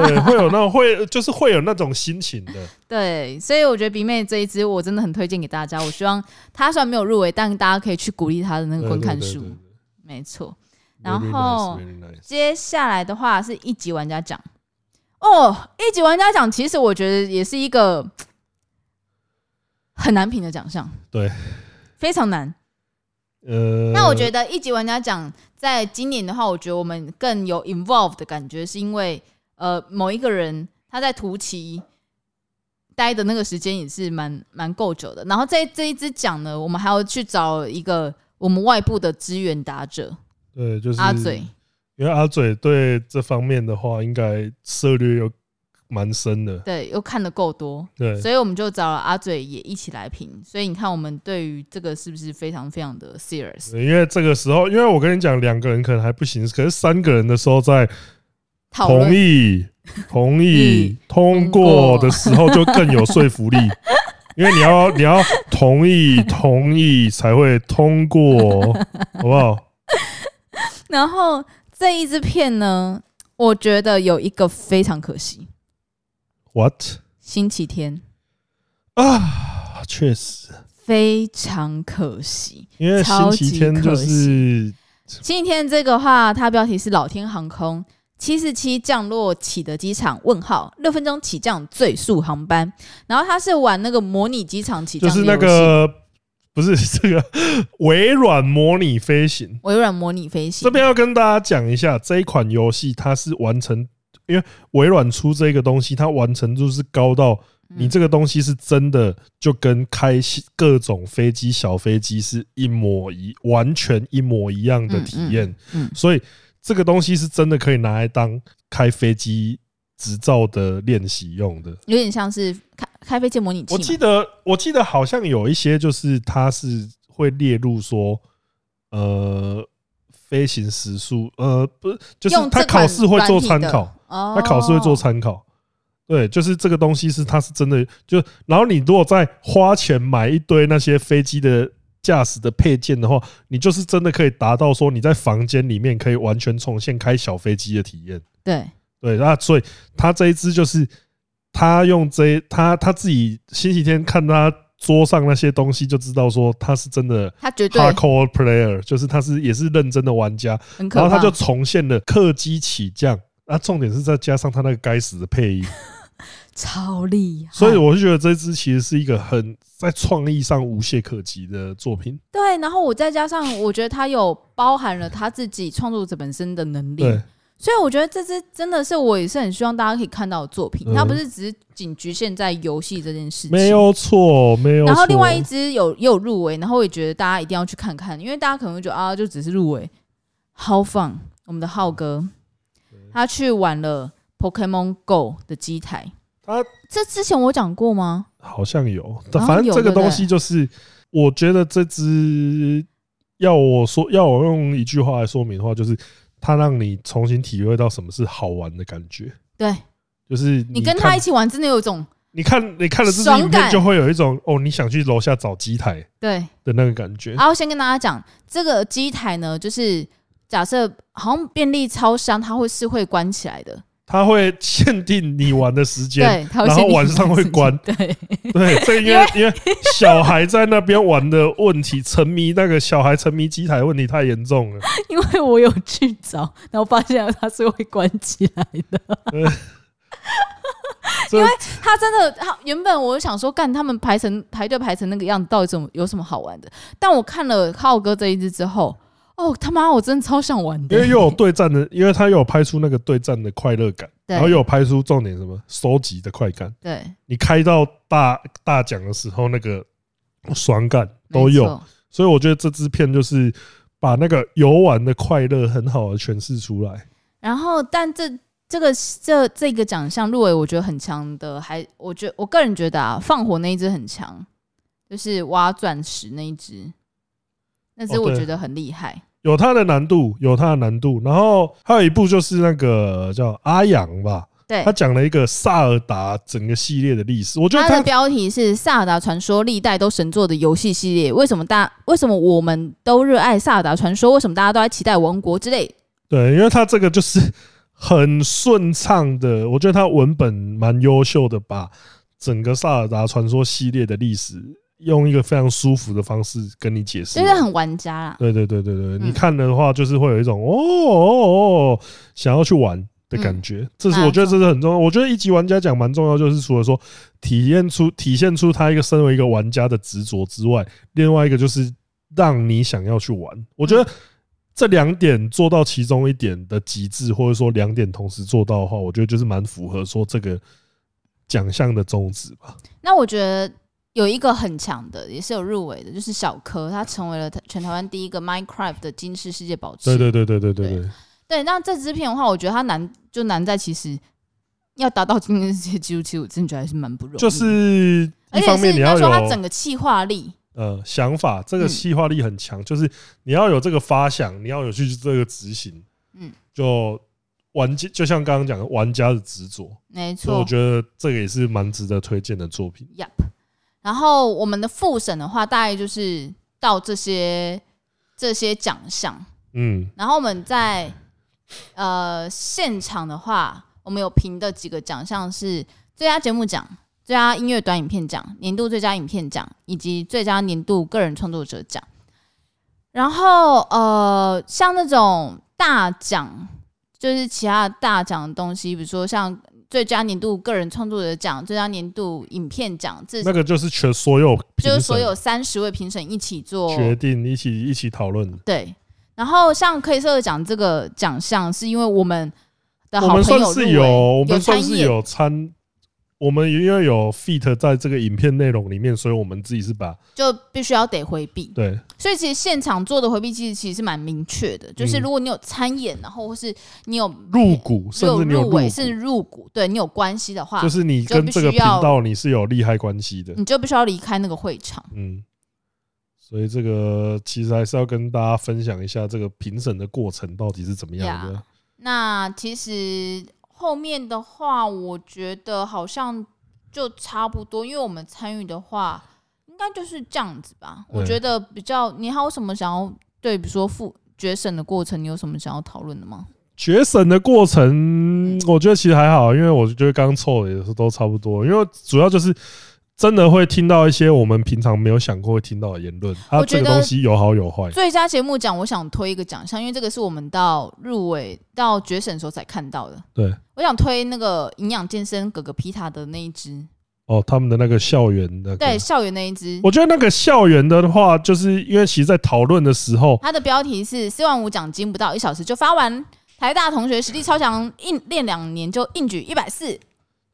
S2: 到。
S1: 对，会有那种会就是会有那种心情 的。
S2: 对，所以我觉得鼻妹这一支我真的很推荐给大家。我希望她虽然没有入围，但大家可以去鼓励她的那个
S1: 对
S2: 嗯观看
S1: 对对
S2: 数
S1: 对对。
S2: 没错，
S1: Very
S2: 然后
S1: nice, very nice
S2: 接下来的话是一级玩家奖哦，一级玩家奖其实我觉得也是一个很难评的奖项，
S1: 对，
S2: 非常难。
S1: 呃，
S2: 那我觉得一级玩家奖在今年的话，我觉得我们更有 involved 的感觉，是因为呃某一个人他在图奇待的那个时间也是蛮蛮够久的。然后在这一支奖呢，我们还要去找一个我们外部的支援打者
S1: 对，就是
S2: 阿嘴，，
S1: 因为阿嘴对这方面的话，应该涉略有蛮深的。
S2: 对，又看的够多，
S1: 对，
S2: 所以我们就找了阿嘴也一起来评。所以你看，我们对于这个是不是非常非常的 serious？
S1: 因为这个时候，因为我跟你讲，两个人可能还不行，可是三个人的时候，在
S2: 讨
S1: 同
S2: 论
S1: 意、同意
S2: 嗯、
S1: 通过的时候，就更有说 服力。因为你要你要同意同意才会通过，好不好？
S2: 然后这一支片呢，我觉得有一个非常可惜，
S1: What
S2: 星期天
S1: 啊，确实，
S2: 非常可惜。
S1: 因为星期天
S2: 超级可
S1: 就
S2: 惜
S1: 是
S2: 星期天这个话，它标题是“老天航空七四七降落启德机场？问号六分钟起降最速航班。”然后它是玩那个模拟机场起
S1: 就
S2: 降的
S1: 是
S2: 游戏，
S1: 那个不是这 个微软模拟飞行。
S2: 微软模拟飞行
S1: 这。边要跟大家讲一下，这一款游戏它是完成，因为微软出这个东西，它完成度是高到你这个东西是真的就跟开西各种飞机、小飞机是一模一完全一模一样的体验，
S2: 嗯嗯
S1: 所以这个东西是真的可以拿来当开飞机执照的练习用的。
S2: 有点像是开开飞机模拟器
S1: 我
S2: 嘛，
S1: 记得我记得好像有一些就是它是会列入说，呃，飞行时速，呃，不是，就是
S2: 用
S1: 它
S2: 这
S1: 考
S2: 款
S1: 试会做参
S2: 软体
S1: 考
S2: 的，哦，
S1: 它考试会做参考。对，就是这个东西是它是真的，就然后你如果再花钱买一堆那些飞机的驾驶的配件的话，你就是真的可以达到说你在房间里面可以完全重现开小飞机的体验。
S2: 对，
S1: 对，那所以他这一支就是他用这一他他自己星期天看他桌上那些东西就知道说他是真的
S2: 它绝对
S1: hardcore player，就是他是也是认真的玩家，
S2: 很可
S1: 然
S2: 怕。
S1: 后他就重现了客机起降。那、重点是再加上他那个该死的配音，
S2: 超厉害，
S1: 所以我就觉得这支其实是一个很在创意上无懈可击的作品。
S2: 对，然后我再加上，我觉得他有包含了他自己创作者本身的能力，
S1: 对，
S2: 所以我觉得这支真的是我也是很希望大家可以看到的作品，
S1: 嗯
S2: 它不是只是仅局限在游戏这件事情。
S1: 没有错，没有错。
S2: 然后另外一支有也有入围，然后我也觉得大家一定要去看看，因为大家可能会觉得啊，就只是入围。浩放我们的浩哥，
S1: 嗯
S2: 他去玩了 Pokemon Go 的机台，
S1: 他
S2: 这之前我有讲过吗？
S1: 好像有，
S2: 好像
S1: 反正
S2: 哦有
S1: 这个
S2: 对不对
S1: 东西就是，我觉得这只要我说要我用一句话来说明的话，就是它让你重新体会到什么是好玩的感觉。
S2: 对
S1: 就是
S2: 你跟他
S1: 看
S2: 一起玩，真的有一种
S1: 你看你看了这支
S2: 爽
S1: 影片，
S2: 感
S1: 就会有一种哦，你想去楼下找机台
S2: 对。
S1: 的那个感觉。
S2: 然后先跟大家讲，这个机台呢，就是假设好像便利超商它会是会关起来的，
S1: 它会限定你玩的时间，
S2: 对，它会
S1: 然后
S2: 限定
S1: 晚上会关
S2: 对，
S1: 对，这应该因为小孩在那边玩的问题，沉迷那个小孩沉迷机台的问题太严重 了。
S2: 因为我有去找，然后发现它是会关起来的。
S1: 因为
S2: 他真的，他原本我想说，干他们排成排队排成那个样子，到底怎么有什么好玩的？但我看了浩哥这一支之后，哦他妈，我真的超想玩 的，
S1: 因为又有对战的，因为他又有拍出那个对战的快乐感，
S2: 对
S1: 然后又有拍出重点什么收集的快感。
S2: 欸对
S1: 你开到大大奖的时候，那个爽感都
S2: 没
S1: 有，
S2: 错
S1: 所以我觉得这支片就是把那个游玩的快乐很好的诠释出来。
S2: 然后，但这这个这这个奖项入围，我觉得很强的，还我觉我个人觉得啊，放火那一只很强，就是挖钻石那一只，那只
S1: 哦
S2: 我
S1: 对
S2: 觉得很厉害。
S1: 有它的难度，有它的难度，然后还有一部就是那个叫阿阳吧，
S2: 对
S1: 他，讲了一个萨尔达整个系列的历史。我觉得
S2: 它的
S1: 他
S2: 标题是《萨尔达传说：历代都神作的游戏系列》，为什么大为什么我们都热爱《萨尔达传说》？为什么大家都在期待《王国》之
S1: 嗯
S2: 类？
S1: 对，因为他这个就是很顺畅的，我觉得他文本蛮优秀的，把整个萨尔达传说系列的历史用一个非常舒服的方式跟你解释
S2: 就
S1: 完。
S2: 是很玩家啦。
S1: 对对对对对，
S2: 嗯
S1: 你看的话就是会有一种哦哦哦，想要去玩的感觉。这是
S2: 嗯那
S1: 我觉得这是很重要。我觉得一级玩家奖蛮重要，就是除了说体验出体现出他一个身为一个玩家的执着之外，另外一个就是让你想要去玩。我觉
S2: 嗯
S1: 得这两点做到其中一点的极致，或者说两点同时做到的话，我觉得就是蛮符合说这个奖项的宗旨吧。
S2: 那我觉得有一个很强的，也是有入围的，就是小柯，他成为了全台湾第一个 Minecraft 的金氏世界保持。
S1: 对对对对对对
S2: 对
S1: 对。
S2: 对，那这支片的话，我觉得它难就难在其实要达到今天这些纪录，其实我真的觉得还是蛮不容易的。
S1: 就是
S2: 嗯而
S1: 一
S2: 且
S1: 方
S2: 是
S1: 面你
S2: 应
S1: 要
S2: 该
S1: 有
S2: 说它整个气化力，
S1: 呃想法，这个
S2: 嗯
S1: 细化力很强，就是你要有这个发想，你要有去这个执行，
S2: 嗯，
S1: 就玩家就像刚刚讲的玩家的执着，
S2: 没
S1: 所以
S2: 错
S1: 我。觉得这个也是蛮值得推荐的作品。
S2: 然后我们的复审的话，大概就是到这些这些奖项。
S1: 嗯，
S2: 然后我们在呃现场的话，我们有评的几个奖项是最佳节目奖、最佳音乐短影片奖、年度最佳影片奖以及最佳年度个人创作者奖。然后呃，像那种大奖，就是其他的大奖的东西，比如说像最佳年度个人创作者奖、最佳年度影片奖，这
S1: 那个就是全所有评
S2: 就
S1: 审
S2: 是所有三十位评审一起做
S1: 决定一起一起讨论。
S2: 对，然后像 K 社奖这个奖项，是因为我们的
S1: 我
S2: 好
S1: 们
S2: 朋
S1: 算
S2: 友入
S1: 是
S2: 围
S1: 有，我们算
S2: 参
S1: 是
S2: 演，
S1: 有参，我们因为有 fit 在这个影片内容里面，所以我们自己是把
S2: 就必须要得回避。
S1: 对
S2: 所以其实现场做的回避，其实其实是蛮明确的，就是
S1: 嗯
S2: 如果你有参演，然后或是你有
S1: 入股，甚
S2: 有
S1: 至你有
S2: 入
S1: 入股
S2: 围，，甚至入股，对你有关系的话，
S1: 就是你
S2: 就
S1: 跟
S2: 必
S1: 这个
S2: 须
S1: 频
S2: 要
S1: 道你是有利害关系的。
S2: 你就必须要离开那个会场。
S1: 嗯，所以这个其实还是要跟大家分享一下这个评审的过程到底是怎么样的。
S2: 那其实后面的话，我觉得好像就差不多，因为我们参与的话，应该就是这样子吧。
S1: 对
S2: 我觉得比较，你还有什么想要对，比如说复决审的过程，你有什么想要讨论的吗？
S1: 决审的过程，
S2: 嗯
S1: 我觉得其实还好，因为我觉得刚凑的也是都差不多，因为主要就是真的会听到一些我们平常没有想过会听到的言论，它
S2: 我觉
S1: 这
S2: 得
S1: 个东西有好有坏。
S2: 最佳节目奖，我想推一个奖项，因为这个是我们到入围到决审的时候才看到的。
S1: 对，
S2: 我想推那个营养健身哥哥皮塔的那一支，
S1: 哦，他们的那个校园的，
S2: 对，校园那一支。
S1: 我觉得那个校园的话，就是因为其实在讨论的时候，
S2: 它的标题是“四万五奖金不到一小时就发完”，台大同学实力超强，硬练两年就硬举一百四。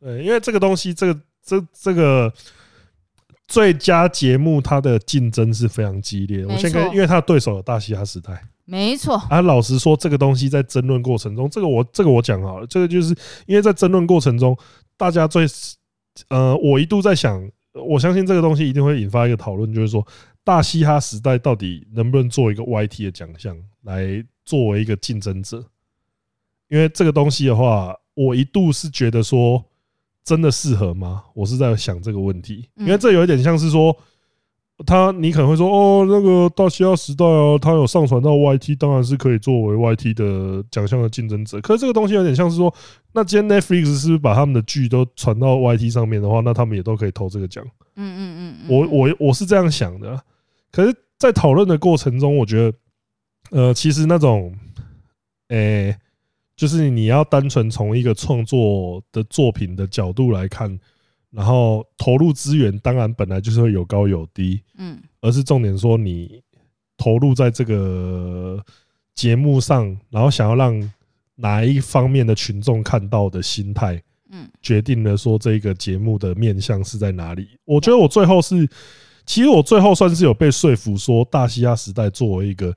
S1: 对，因为这个东西，这个这这个最佳节目，它的竞争是非常激烈的。我
S2: 没
S1: 先跟，
S2: 错
S1: 因为他的对手有大嘻哈时代
S2: 没错，
S1: 啊。老实说，这个东西在争论过程中，这个我这个我讲好了，这个就是因为在争论过程中，大家最呃，我一度在想，我相信这个东西一定会引发一个讨论，就是说大嘻哈时代到底能不能做一个 YT 的奖项来作为一个竞争者？因为这个东西的话，我一度是觉得说，真的适合吗？我是在想这个问题，
S2: 嗯
S1: 因为这有一点像是说，他你可能会说，哦，那个大西亚时代哦，他有上传到 YT，当然是可以作为 YT 的奖项的竞争者。可是这个东西有点像是说，那今天 Netflix 是不是把他们的剧都传到 YT 上面的话，那他们也都可以投这个奖？
S2: 嗯嗯嗯嗯，
S1: 我我我是这样想的啊、可是，在讨论的过程中，我觉得，呃，其实那种，诶、就是你要单纯从一个创作的作品的角度来看，然后投入资源，当然本来就是会有高有低，
S2: 嗯
S1: 而是重点说你投入在这个节目上，然后想要让哪一方面的群众看到的心态，
S2: 嗯
S1: 决定了说这个节目的面向是在哪里。我觉得我最后是，其实我最后算是有被说服，说大西亚时代作为一个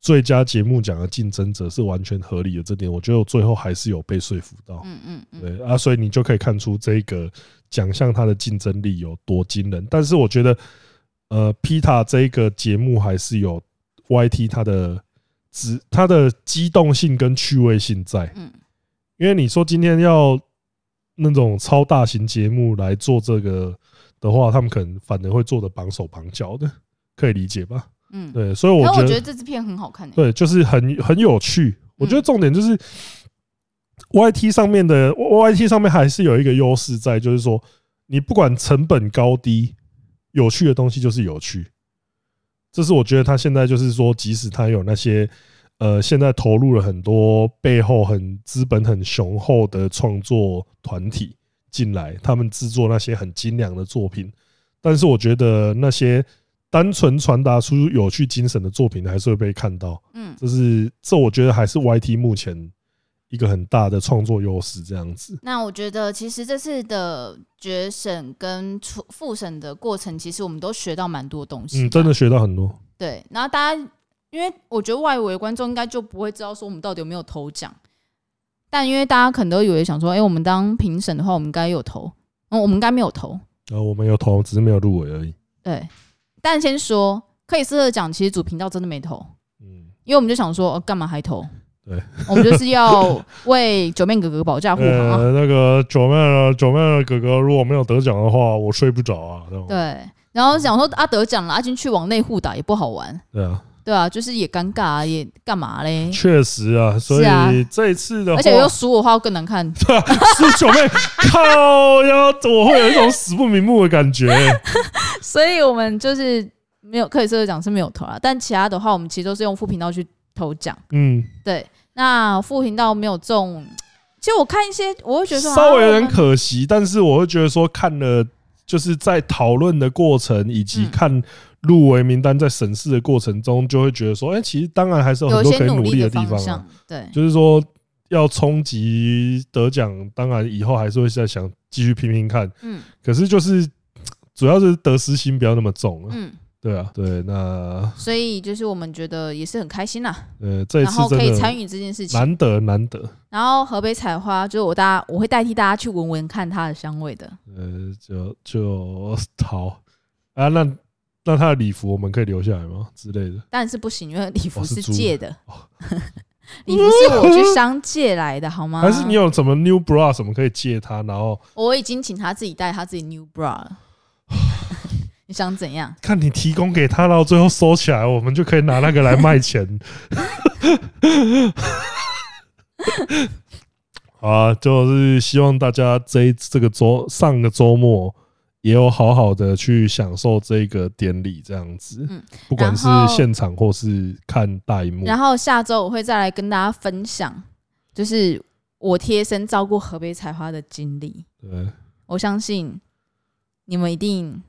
S1: 最佳节目奖的竞争者是完全合理的，这点我觉得我最后还是有被说服到。
S2: 嗯嗯嗯，
S1: 对啊，所以你就可以看出这个奖项它的竞争力有多惊人。但是我觉得，呃，Pita 这个节目还是有 YT 它的值，它的机动性跟趣味性在。
S2: 嗯
S1: 因为你说今天要那种超大型节目来做这个的话，他们可能反而会做的绑手绑脚的，可以理解吧？
S2: 嗯。
S1: 对，所以我
S2: 可
S1: 觉
S2: 我
S1: 得
S2: 觉得这支片很好看欸诶、
S1: 对，就是很很有趣。我觉得重点就是、YT 上面的 YT 上面还是有一个优势在，就是说你不管成本高低，有趣的东西就是有趣。这是我觉得他现在就是说，即使他有那些呃，现在投入了很多背后很资本很雄厚的创作团体进来，他们制作那些很精良的作品，但是我觉得那些单纯传达出有趣精神的作品还是会被看到。
S2: 嗯，
S1: 这是这我觉得还是 YT 目前一个很大的创作优势，这样子。
S2: 那我觉得其实这次的决审跟初复审的过程，其实我们都学到蛮多东西、
S1: 嗯，真的。学到很多。
S2: 对，然后大家，因为我觉得外围的观众应该就不会知道说我们到底有没有投奖，但因为大家可能都以为想说，哎、我们当评审的话，我们应该有投，嗯，我们应该没有投。
S1: 然后我们有投，只是没有入围而已。
S2: 对，但先说克里斯特奖，其实主频道真的没投，
S1: 嗯，
S2: 因为我们就想说，哦，干嘛还投？
S1: 对，
S2: 我们就是要为九面哥哥保驾护航啊。
S1: 呃，那个九妹啊，九妹啊哥哥，如果没有得奖的话，我睡不着啊。这种
S2: 对，然后想说阿德奖了，阿啊金去往内互打也不好玩，
S1: 对啊，
S2: 对啊，就是也尴尬啊，也干嘛嘞？
S1: 确实啊，所
S2: 是啊
S1: 以这一次的话，
S2: 而且又输我的话更难看，
S1: 是 九妹，靠呀，我会有一种死不瞑目的感觉。
S2: 所以我们就是没有克里斯特奖是没有投啊，但其他的话我们其实都是用副频道去投奖。
S1: 嗯，
S2: 对，那副频道没有中，其实我看一些我会觉得说
S1: 稍微有点
S2: 啊
S1: 可惜，但是我会觉得说看了，就是在讨论的过程以及
S2: 嗯
S1: 看入围名单在审视的过程中，就会觉得说，哎、其实当然还是有
S2: 有
S1: 很
S2: 一
S1: 多
S2: 些
S1: 可以努
S2: 努
S1: 力
S2: 的
S1: 地
S2: 方
S1: 方、
S2: 向
S1: 啊，，
S2: 对，
S1: 就是说要冲击得奖，当然以后还是会在想继续拼拼看，
S2: 嗯
S1: 可是就是主要是得失心不要那么重啊，
S2: 嗯，
S1: 对啊，对，那
S2: 所以就是我们觉得也是很开心啦，
S1: 呃这一
S2: 然后
S1: 次真
S2: 可以参
S1: 的
S2: 与这件事情。
S1: 难得难得，
S2: 然后河北采花就是我大家我会代替大家去闻闻看它的香味的，
S1: 呃，就呃就逃啊，那那他的礼服我们可以留下来吗之类的？
S2: 但是不行，因为礼服
S1: 哦是
S2: 是
S1: 猪
S2: 借的
S1: 哦，
S2: 礼服是我去商借来的，好吗？
S1: 还是你有什么 new bra 什么可以借他？然后
S2: 我已经请他自己带他自己 new bra 了。你想怎样？
S1: 看你提供给他，然后最后收起来，我们就可以拿那个来卖钱。 好啊，就是希望大家这一这个周上个周末也有好好的去享受这个典礼，这样子，
S2: 嗯
S1: 不管是
S2: 然后
S1: 现场或是看大荧幕。
S2: 然后下周我会再来跟大家分享，就是我贴身照顾河北采花的经历。
S1: 对，
S2: 我相信你们一定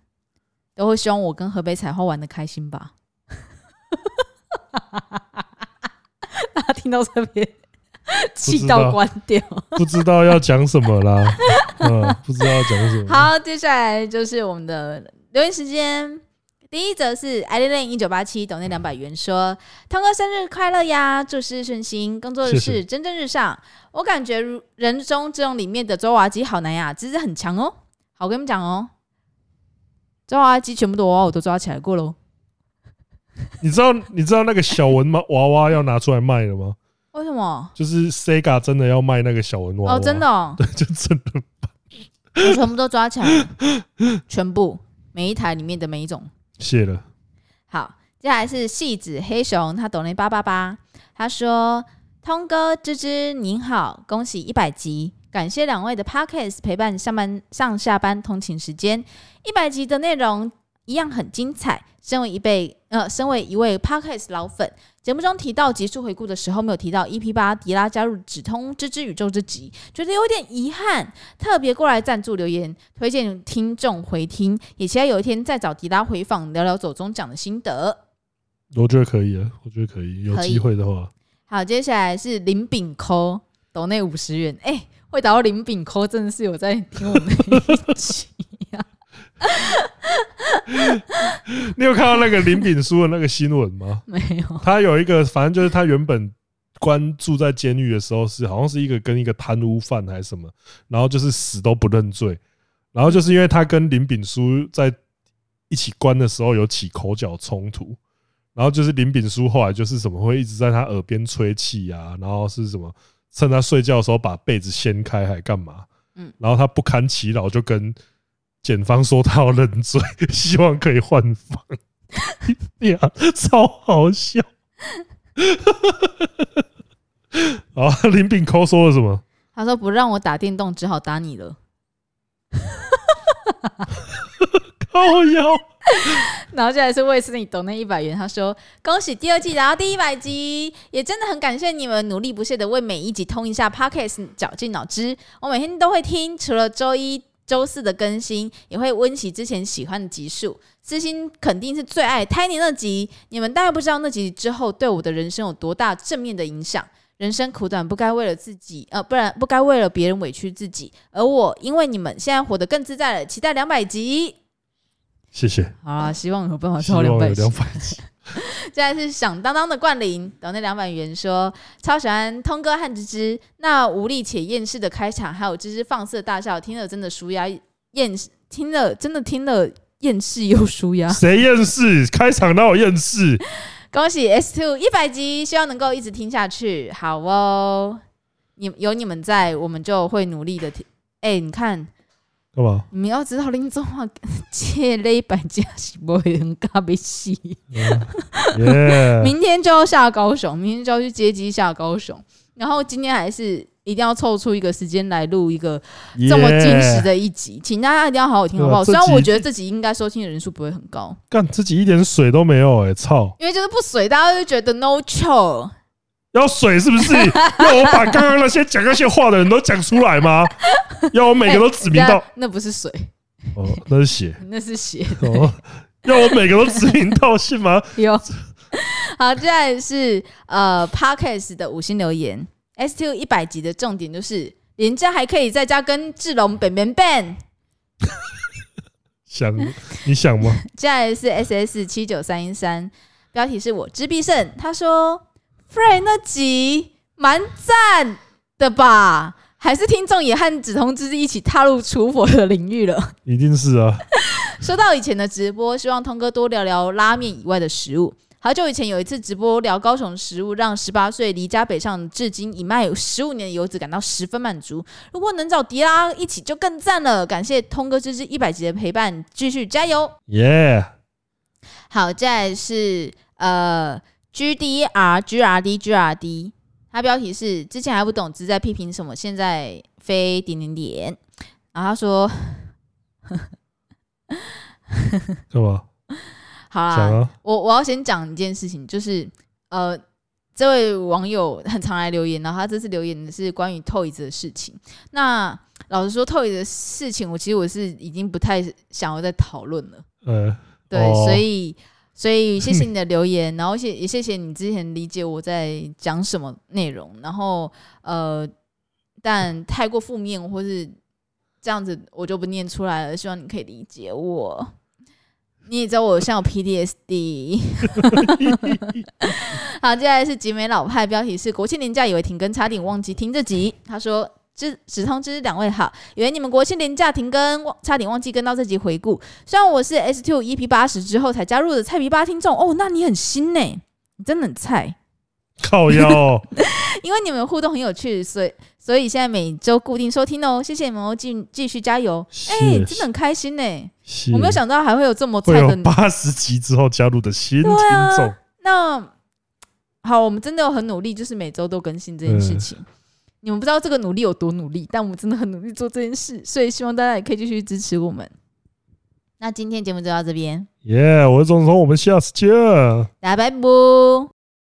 S2: 都会希望我跟河北采花玩的开心吧。大家听到这边，气到关掉。
S1: 不知道要讲什么啦， 嗯，不知道要讲什么。
S2: 好，接下来就是我们的留言时间。第一则是 Eileen 一九八七，抖内两百元说：“汤哥生日快乐呀，诸事顺心，工作
S1: 谢谢
S2: 是蒸蒸日上。我感觉如《人中之龙》里面的周娃机好难呀，资质很强哦。好，我跟你们讲哦，周娃机全部的娃娃我都抓起来过喽。
S1: 你知道你知道那个小文吗？娃娃要拿出来卖了吗？
S2: 为什么？
S1: 就是 Sega 真的要卖那个小文娃娃，
S2: 哦，真的、，哦，
S1: 对， 就真的。
S2: 我全部都抓起来，全部每一台里面的每一种。
S1: 谢了，
S2: 好，接下来是戏子黑熊，他抖了八八八，他说：“通哥、芝芝您好，恭喜一百集，感谢两位的 podcast 陪伴上班上下班通勤时间，一百集的内容一样很精彩。身为一辈呃，身为一位 podcast 老粉，节目中提到集数回顾的时候，没有提到 EP 八迪拉加入只通芝芝宇宙之集，觉得有点遗憾，特别过来赞助留言，推荐听众回听，也期待有一天再找迪拉回访，聊聊走中奖的心得。
S1: 我觉得可以了，啊我觉得可以，有
S2: 可以
S1: 机会的话，
S2: 好，接下来是林炳抠，抖内五十元，哎、会打到林炳抠，真的是有在听我们的 一集。
S1: 你有看到那个林炳书的那个新闻吗？
S2: 没有，
S1: 他有一个，反正就是他原本关住在监狱的时候是好像是一个跟一个贪污犯还是什么，然后就是死都不认罪，然后就是因为他跟林炳书在一起关的时候有起口角冲突，然后就是林炳书后来就是什么会一直在他耳边吹气啊，然后是什么趁他睡觉的时候把被子掀开还干嘛，
S2: 嗯
S1: 然后他不堪其扰就跟检方说他要认罪， 希望可以换房。 呀，超好笑！啊，林炳抠说了什么？
S2: 他说不让我打电动，只好打你了。
S1: 靠腰，
S2: 然后接下来是卫斯理抖那一百元，他说：“恭喜第二季然后第一百集，也真的很感谢你们努力不懈的为每一集通一下 Podcast 绞尽脑汁。我每天都会听，除了周一、周四的更新，也会温习之前喜欢的集数。私心肯定是最爱胎年那集，你们大概不知道那集之后对我的人生有多大正面的影响。”人生苦短，不该为了自己，呃，不然不该为了别人委屈自己。而我因为你们现在活得更自在了，期待两百集。
S1: 谢谢。
S2: 好啦，希望有办法
S1: 希
S2: 啊超
S1: 望有
S2: 两百集
S1: 两。百集，
S2: 接下来是响当当的冠霖，等那两百元说超喜欢通哥和芝芝，那无力且厌世的开场，还有芝芝放肆的大笑，听了真的舒压厌，听了真的听了厌世又舒 压。
S1: 谁厌世？开场哪有厌世？
S2: 恭喜 S Two 一百集，希望能够一直听下去，好哦。你有你们在，我们就会努力的听。哎、你看，
S1: 干 嘛？
S2: 你们要知道林中啊， 借了一百集是不会很尬被戏。
S1: 耶！
S2: 明天就要下高雄，明天就要去接机下高雄，然后今天还是一定要凑出一个时间来录一个这么真实的一集，请大家一定要好好听，好不好？虽
S1: 对啊
S2: 然
S1: 这集
S2: 我觉得这集应该收听的人数不会很高，
S1: 干自己一点水都没有哎、操！
S2: 因为就是不水，大家就觉得 no chill。
S1: 要水是不 是？要我把刚刚那些讲那些话的人都讲出来吗？要我每个都指名
S2: 哎
S1: 道
S2: 人家那不是水，
S1: 哦，那是血
S2: 那是血。
S1: 哦，要我每个都指名道姓吗？
S2: 有。哦 好，接下来是呃 Parkes 的五星留言，S Two 一百集的重点就是人家还可以在家跟志龙 ben ben ben。
S1: 想你想吗？
S2: 接下来是 S S 七九三一三，标题是我知必胜。他说 f r e y 那集蛮赞的吧？还是听众也和梓潼之一起踏入厨佛的领域了。
S1: 一定是啊，
S2: 说到以前的直播，希望通哥多聊聊拉面以外的食物。好久以前有一次直播聊高雄食物，让十八岁离家北上至今已卖十五年的游子感到十分满足。如果能找迪拉一起就更赞了。感谢通哥这支一百集的陪伴，继续加油！
S1: 耶、
S2: 好，再来是呃 G D R G R D G R D，它标题是之前还不懂只在批评什么，现在非点点点。然后他说：“
S1: 干嘛？
S2: 好啦，
S1: 讲啊，
S2: 我我要先讲一件事情，就是呃，这位网友很常来留言，然后他这次留言的是关于 Toys 的事情。那老实说，Toys 的事情，我其实我是已经不太想要再讨论了。
S1: 呃，
S2: 对，
S1: 哦
S2: 所以所以谢谢你的留言，然后谢也谢谢你之前理解我在讲什么内容，然后呃，但太过负面或是这样子，我就不念出来了，希望你可以理解我。你也知道我像有 PDSD。好，接下来是集美老派，标题是国庆年假以为停更，差点忘记听这集。他说。知只通知两位好，以为你们国庆年假停更，忘差点忘记跟到这集回顾。虽然我是 S Two EP 八十之后才加入的菜皮吧听众，哦，那你很新呢、你真的很菜。
S1: 靠腰哦，
S2: 因为你们互动很有趣，所以所以现在每周固定收听哦。谢谢你们哦，继继续加油。哎、
S1: 是
S2: 真的很开心呢、
S1: 是
S2: 我没有想到还会有这么
S1: 会
S2: 菜的
S1: 有
S2: 你。
S1: 八十集之后加入的新听众，
S2: 那好，我们真的有很努力，就是每周都更新这件事情。
S1: 嗯
S2: 你们不知道这个努力有多努力，但我们真的很努力做这件事，所以希望大家也可以继续支持我们。那今天节目就到这边，
S1: 耶！我是钟总，我们下次见。
S2: 大家拜拜。